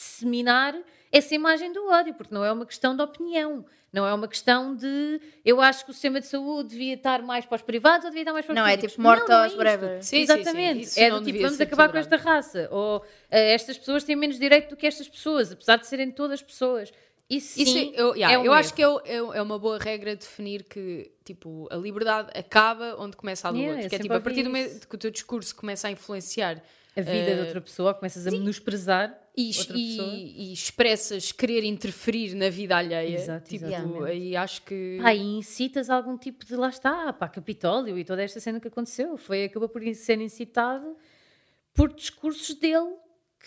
Speaker 2: disseminar essa imagem do ódio, porque não é uma questão de opinião, não é uma questão de eu acho que o sistema de saúde devia estar mais para os privados ou devia estar mais para os
Speaker 3: Não, é
Speaker 2: públicos.
Speaker 3: tipo morte
Speaker 2: Não, não é
Speaker 3: aos
Speaker 2: isto.
Speaker 3: whatever.
Speaker 1: Sim, sim, sim.
Speaker 2: Exatamente.
Speaker 1: Isso
Speaker 2: É
Speaker 1: não
Speaker 2: do tipo,
Speaker 1: devia
Speaker 2: vamos
Speaker 1: ser
Speaker 2: acabar com
Speaker 1: tolerado.
Speaker 2: esta raça. Ou eh, estas pessoas têm menos direito do que estas pessoas, apesar de serem todas pessoas. Isso,
Speaker 1: Isso
Speaker 2: sim,
Speaker 1: eu, yeah,
Speaker 2: é um
Speaker 1: eu acho
Speaker 2: erro.
Speaker 1: que é, o- é o- é uma boa regra definir que tipo, a liberdade acaba onde começa a do
Speaker 2: Yeah,
Speaker 1: outro.
Speaker 2: eu
Speaker 1: Que é
Speaker 2: sempre
Speaker 1: tipo, a
Speaker 2: ouvi
Speaker 1: partir do
Speaker 2: isso.
Speaker 1: momento que o teu discurso começa a influenciar
Speaker 2: a vida de outra pessoa, ou começas a menosprezar.
Speaker 1: e,
Speaker 2: outra
Speaker 1: e-
Speaker 2: pessoa.
Speaker 1: e expressas querer interferir na vida alheia.
Speaker 2: Exato,
Speaker 1: tipo,
Speaker 2: exatamente.
Speaker 1: aí acho que.
Speaker 2: Pá, e incitas algum tipo de lá está, pá, Capitólio e toda esta cena que aconteceu. Foi, acabou por ser incitado por discursos dele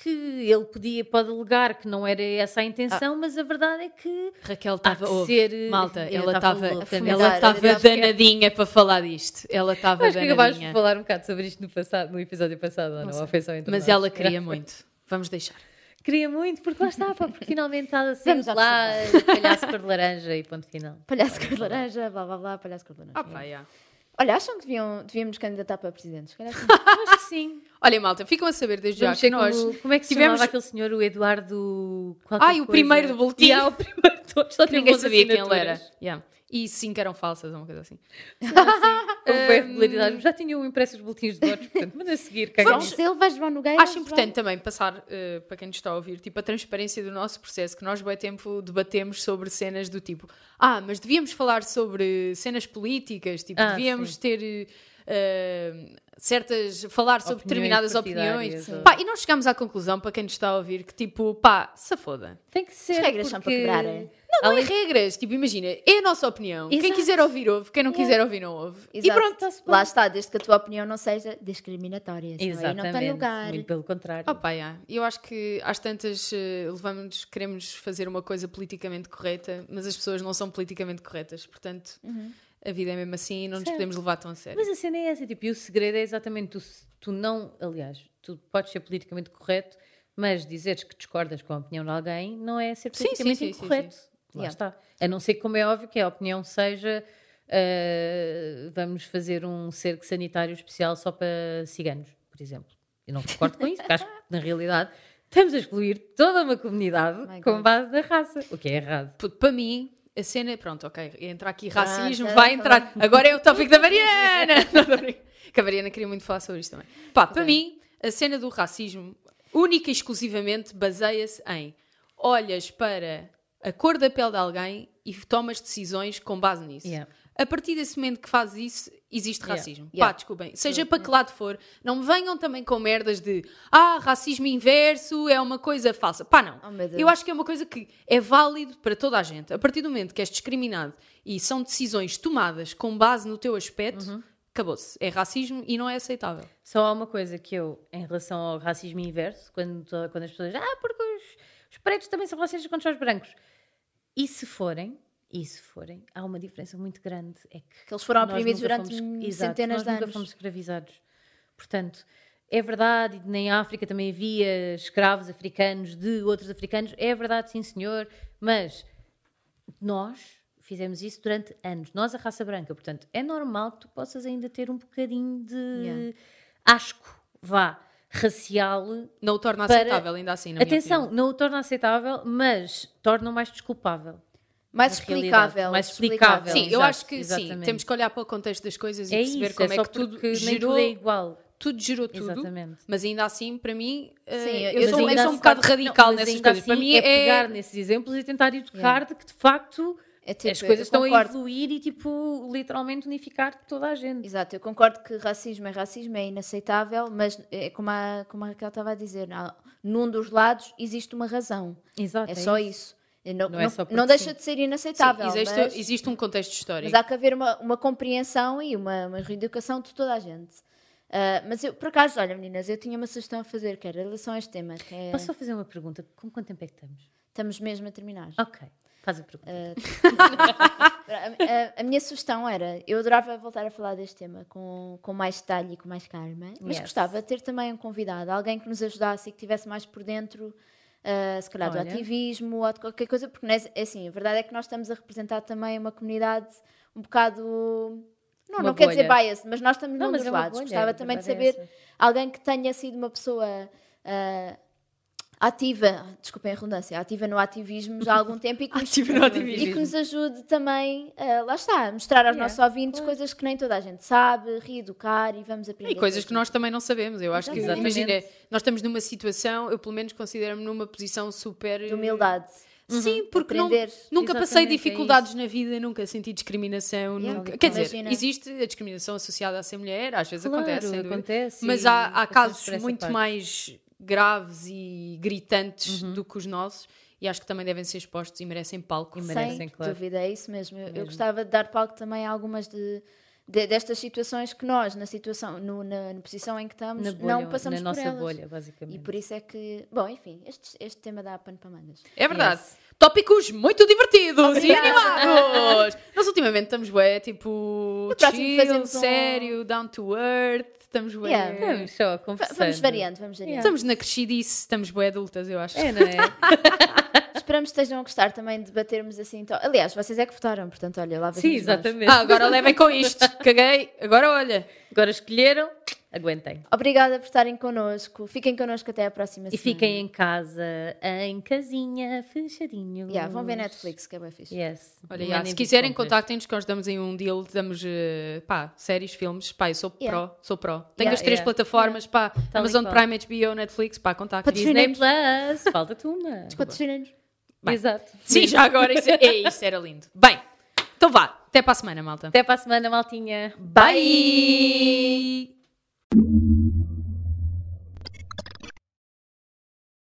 Speaker 2: que ele podia, pode alegar que não era essa a intenção, mas a verdade é que
Speaker 1: Raquel
Speaker 2: há que
Speaker 1: estava. Ah. ouve,
Speaker 2: ser.
Speaker 1: Malta,
Speaker 2: eu
Speaker 1: ela
Speaker 2: estava
Speaker 1: estava
Speaker 2: louca,
Speaker 3: a
Speaker 2: né?
Speaker 1: ela
Speaker 3: Verdade,
Speaker 1: estava
Speaker 3: eu acho que-
Speaker 1: danadinha para falar disto. Ela estava
Speaker 2: Acho que acabaste
Speaker 1: danadinha.
Speaker 2: de falar um bocado sobre isto no, passado, no episódio passado, ou não,
Speaker 1: sei.
Speaker 2: ou foi só entre
Speaker 1: Mas
Speaker 2: nós?
Speaker 1: ela queria muito. Vamos deixar.
Speaker 2: <laughs> Queria muito, porque lá está, pá, porque finalmente está a ser
Speaker 3: Vamos ao
Speaker 2: lá, <laughs> palhaço cor de laranja e ponto final.
Speaker 3: Palhaço cor de laranja, blá blá blá, palhaço cor de laranja.
Speaker 1: Ah, pá, já.
Speaker 3: Olha, acham que deviam, devíamos candidatar para presidente? Se calhar sim.
Speaker 2: Acho que sim.
Speaker 1: Olha, malta, ficam a saber desde já
Speaker 2: Vamos
Speaker 1: que
Speaker 2: ver
Speaker 1: nós. <laughs>
Speaker 2: como, como é que se
Speaker 1: tivemos-
Speaker 2: chamava aquele senhor, o Eduardo. qualquer
Speaker 1: Ai, o
Speaker 2: coisa?
Speaker 1: primeiro do boletim.
Speaker 2: Yeah, o primeiro de todos. Só
Speaker 1: que
Speaker 2: teve
Speaker 1: ninguém
Speaker 2: 11
Speaker 1: sabia quem ele era.
Speaker 2: assinaturas.
Speaker 1: Yeah. E cinco eram falsas, ou uma coisa assim.
Speaker 2: Houve irregularidades. Já tinham impressos os boletins de votos, portanto, manda seguir. cagão.
Speaker 3: Vamos, ele vai João Nogueira.
Speaker 1: Acho
Speaker 3: João-
Speaker 1: importante também passar, eh, para quem nos está a ouvir, tipo, a transparência do nosso processo, que nós bem tempo debatemos sobre cenas do tipo, ah, mas devíamos falar sobre cenas políticas, tipo,
Speaker 2: Ah,
Speaker 1: devíamos
Speaker 2: sim.
Speaker 1: ter eh, eh, certas, falar sobre
Speaker 2: Opiniões
Speaker 1: determinadas
Speaker 2: partidárias,
Speaker 1: opiniões.
Speaker 2: ou-
Speaker 1: Pá, e nós chegámos à conclusão, para quem nos está a ouvir, que tipo, pá, se foda.
Speaker 2: Tem que ser.
Speaker 3: As regras são para
Speaker 2: porque...
Speaker 3: quebrar, é?
Speaker 1: Não há regras, tipo, imagina, é a nossa opinião. Quem
Speaker 2: Exato.
Speaker 1: quiser ouvir, ouve. Quem não quiser ouvir, não ouve.
Speaker 3: Exato.
Speaker 1: E pronto.
Speaker 2: está-se bem.
Speaker 3: Lá está, desde que a tua opinião não seja discriminatória. senão aí Não tem
Speaker 2: Exatamente.
Speaker 3: lugar.
Speaker 2: Muito pelo contrário.
Speaker 1: Opa, yeah. eu acho que às tantas eh, levamos, queremos fazer uma coisa politicamente correta, mas as pessoas não são politicamente corretas, portanto a vida é mesmo assim e não nos
Speaker 2: Uhum. Certo.
Speaker 1: podemos levar tão a sério.
Speaker 2: Mas a cena é essa, tipo, e o segredo é exatamente tu, tu não, aliás, tu podes ser politicamente correto, mas dizeres que discordas com a opinião de alguém não é ser
Speaker 1: Sim, sim,
Speaker 2: politicamente
Speaker 1: sim, sim,
Speaker 2: incorreto. Lá
Speaker 3: Yeah.
Speaker 2: está. A não ser que, como é óbvio, que a opinião seja ah, vamos fazer um cerco sanitário especial só para ciganos, por exemplo. Eu não concordo com isso, porque acho que, na realidade, estamos a excluir toda uma comunidade
Speaker 1: <laughs>
Speaker 3: My
Speaker 2: com
Speaker 3: God.
Speaker 2: base da raça, o que é errado.
Speaker 1: Puto, Para mim, a cena é pronto, ok, entra aqui
Speaker 2: Ah,
Speaker 3: Já,
Speaker 1: racismo,
Speaker 3: já
Speaker 2: tá
Speaker 1: vai
Speaker 3: vamos
Speaker 1: entrar. Agora é o tópico da Mariana!
Speaker 2: <laughs>
Speaker 1: Não, tô a brincar. que a Mariana queria muito falar sobre isto também. Pá, para mim, a cena do racismo única e exclusivamente baseia-se em olhas para a cor da pele de alguém e tomas decisões com base nisso.
Speaker 2: Yeah.
Speaker 1: A partir desse momento que fazes isso, existe
Speaker 2: Yeah.
Speaker 1: racismo.
Speaker 3: Yeah.
Speaker 1: Pá, desculpem. Seja para que lado for, não me venham também com merdas de ah, racismo inverso é uma coisa falsa. Pá, não.
Speaker 3: Oh, meu Deus.
Speaker 1: Eu acho que é uma coisa que é válido para toda a gente. A partir do momento que és discriminado e são decisões tomadas com base no teu aspecto,
Speaker 2: Uhum.
Speaker 1: acabou-se. É racismo e não é aceitável.
Speaker 2: Só há uma coisa que eu, em relação ao racismo inverso, quando, to- quando as pessoas ah, porque os, os pretos também são racistas contra os brancos. E se forem, e se forem, há uma diferença muito grande. É que
Speaker 3: Que eles foram
Speaker 2: nós
Speaker 3: oprimidos
Speaker 2: nunca
Speaker 3: durante
Speaker 2: fomos-
Speaker 3: hum,
Speaker 2: Exato,
Speaker 3: centenas
Speaker 2: nós
Speaker 3: de
Speaker 2: nunca
Speaker 3: anos.
Speaker 2: fomos escravizados. Portanto, é verdade, e nem África também havia escravos africanos de outros africanos. É verdade, sim senhor, mas nós fizemos isso durante anos. Nós, a raça branca, portanto, é normal que tu possas ainda ter um bocadinho de
Speaker 3: Yeah.
Speaker 2: asco, vá, racial.
Speaker 1: Não o torna
Speaker 2: Para-
Speaker 1: aceitável, ainda assim. Na minha
Speaker 2: Atenção,
Speaker 1: opinião.
Speaker 2: não o torna aceitável, mas torna o mais desculpável.
Speaker 3: Mais
Speaker 2: na realidade,
Speaker 3: explicável.
Speaker 2: mais explicável.
Speaker 1: Sim, eu
Speaker 2: Exato,
Speaker 1: acho que sim.
Speaker 2: exatamente.
Speaker 1: Temos que olhar para o contexto das coisas e
Speaker 2: É
Speaker 1: perceber
Speaker 2: isso,
Speaker 1: como
Speaker 2: é
Speaker 1: é,
Speaker 2: só
Speaker 1: que tudo
Speaker 2: porque nem
Speaker 1: gerou,
Speaker 2: tudo é igual.
Speaker 1: tudo gerou tudo.
Speaker 2: Exatamente.
Speaker 1: Mas ainda assim, para mim, eh,
Speaker 3: eu
Speaker 1: eu,
Speaker 2: Mas
Speaker 1: sou,
Speaker 2: ainda
Speaker 1: eu sou um
Speaker 2: assim-
Speaker 1: bocado radical
Speaker 2: não, mas
Speaker 1: nessas
Speaker 2: ainda
Speaker 1: coisas. para
Speaker 2: assim
Speaker 1: mim
Speaker 2: é
Speaker 1: é,
Speaker 2: pegar nesses exemplos e tentar educar de que de facto
Speaker 3: É tipo,
Speaker 2: as coisas
Speaker 3: eu
Speaker 2: estão a
Speaker 3: concordo.
Speaker 2: evoluir e tipo literalmente unificar toda a gente.
Speaker 3: Exato, eu concordo que racismo é racismo, é inaceitável, mas é como a, como a Raquel estava a dizer, há- num dos lados existe uma razão.
Speaker 2: Exato.
Speaker 3: é só isso. E Não,
Speaker 2: Ah, Não é
Speaker 3: não-
Speaker 2: só porque
Speaker 3: não deixa
Speaker 2: sim.
Speaker 3: de ser
Speaker 1: Sim,
Speaker 3: inaceitável.
Speaker 1: existe,
Speaker 3: mas,
Speaker 1: existe um contexto histórico.
Speaker 3: mas há que haver uma, uma compreensão e uma, uma reeducação de toda a gente. Ah, mas eu, por acaso, olha meninas, eu tinha uma sugestão a fazer, que era em relação a este tema, que é-
Speaker 2: Posso só fazer uma pergunta? Com quanto tempo é que estamos?
Speaker 3: estamos mesmo a terminar.
Speaker 2: Ok, faz a pergunta.
Speaker 3: Ah, A, a- a minha sugestão era, eu adorava voltar a falar deste tema com, com mais detalhe e com mais calma, mas
Speaker 2: Yes.
Speaker 3: gostava de ter também um convidado, alguém que nos ajudasse e que estivesse mais por dentro, ah, se calhar
Speaker 2: Olha.
Speaker 3: do ativismo ou de qualquer coisa, porque nós- é assim, a verdade é que nós estamos a representar também uma comunidade um bocado... Não,
Speaker 2: Uma
Speaker 3: não quer dizer
Speaker 2: bolha.
Speaker 3: biased, mas nós estamos
Speaker 2: Não,
Speaker 3: num
Speaker 2: mas
Speaker 3: dos
Speaker 2: é uma
Speaker 3: lados.
Speaker 2: bolha,
Speaker 3: Gostava
Speaker 2: a
Speaker 3: também de
Speaker 2: verdade é
Speaker 3: saber alguém que tenha sido uma pessoa ah, ativa, desculpem a redundância, ativa no ativismo já há algum
Speaker 2: <laughs>
Speaker 3: tempo e que nos
Speaker 1: Ativa no
Speaker 3: e que
Speaker 1: ativismo.
Speaker 3: nos ajude também, ah, lá está, a mostrar aos
Speaker 2: Yeah,
Speaker 3: nossos ouvintes
Speaker 2: claro.
Speaker 3: coisas que nem toda a gente sabe, reeducar e vamos aprender.
Speaker 1: E coisas que
Speaker 3: com isto.
Speaker 1: nós também não sabemos. Eu acho que,
Speaker 2: Exatamente.
Speaker 1: imagina, nós estamos numa situação, eu pelo menos considero-me numa posição super. eh,
Speaker 3: De humildade.
Speaker 1: Sim, porque não,
Speaker 3: Aprenderes.
Speaker 1: nunca passei
Speaker 2: Uhum. Exatamente, é
Speaker 1: dificuldades na vida, nunca senti discriminação.
Speaker 3: Yeah.
Speaker 1: nunca- Quer dizer,
Speaker 3: Imagina.
Speaker 1: existe a discriminação associada a ser mulher, às vezes
Speaker 2: Claro,
Speaker 1: acontece, sem dúvida.
Speaker 2: acontece
Speaker 1: mas
Speaker 2: e
Speaker 1: há, há
Speaker 2: Assim, passamos
Speaker 1: casos
Speaker 2: por essa
Speaker 1: muito
Speaker 2: parte.
Speaker 1: mais graves e gritantes
Speaker 2: Uhum.
Speaker 1: do que os nossos e acho que também devem ser expostos e merecem palco.
Speaker 2: E
Speaker 3: Sem
Speaker 2: merecem. claro.
Speaker 3: dúvida, é isso mesmo. Eu, eu
Speaker 2: mesmo.
Speaker 3: gostava de dar palco também a algumas de, de- destas situações que nós, na situação, no- na, na posição em que estamos,
Speaker 2: na bolha,
Speaker 3: não passamos
Speaker 2: na
Speaker 3: por
Speaker 2: nossa
Speaker 3: elas.
Speaker 2: bolha,
Speaker 3: E
Speaker 2: basicamente.
Speaker 3: por isso é que, bom, enfim, este, este tema dá pano para mangas.
Speaker 1: É verdade. Tópicos muito divertidos
Speaker 3: Obrigada.
Speaker 1: e animados! Nós ultimamente estamos bué, tipo,
Speaker 3: No próximo
Speaker 1: chill,
Speaker 3: fazemos um-
Speaker 1: sério, down to earth, estamos bué...
Speaker 3: Yeah.
Speaker 2: Estamos só
Speaker 3: Va-
Speaker 2: conversando.
Speaker 3: Vamos variando, vamos variando.
Speaker 2: Yeah.
Speaker 1: Estamos na crescidice, estamos bué adultas, eu acho.
Speaker 2: É, não é?
Speaker 3: Então, Esperamos que estejam a gostar também de batermos assim. Então, aliás, vocês é que votaram, portanto, olha, lá vejam
Speaker 2: Sim,
Speaker 3: nós.
Speaker 2: exatamente.
Speaker 1: <laughs> Ah, agora levem com isto, caguei, agora olha.
Speaker 2: Agora escolheram, aguentem.
Speaker 3: Obrigada por estarem connosco. Fiquem connosco até à próxima
Speaker 2: E
Speaker 3: semana.
Speaker 2: fiquem em casa, em casinha, fechadinho.
Speaker 3: Yeah, vão ver Netflix, que é bem fixe.
Speaker 2: Yes.
Speaker 1: Olha,
Speaker 2: Mandem
Speaker 1: já, se quiserem,
Speaker 2: vir compras.
Speaker 1: contactem-nos que nós damos aí um deal, damos eh, pá, séries, filmes, pá, eu sou
Speaker 3: Yeah.
Speaker 1: pró, sou pró. Tenho
Speaker 2: Yeah,
Speaker 1: as três
Speaker 2: yeah.
Speaker 1: plataformas, pá,
Speaker 2: Tal e
Speaker 1: Amazon
Speaker 2: qual.
Speaker 1: Prime, HBO, Netflix, pá, contactem.
Speaker 3: Patrocínio.
Speaker 2: Disney <laughs> Plus, falta-te uma.
Speaker 3: Patrocinem-nos.
Speaker 1: Bem.
Speaker 2: Exato.
Speaker 1: Sim, já agora, isso, é isso, era lindo. Bem, então vá, até para a semana, malta.
Speaker 2: Até para a semana, maltinha.
Speaker 1: Bye!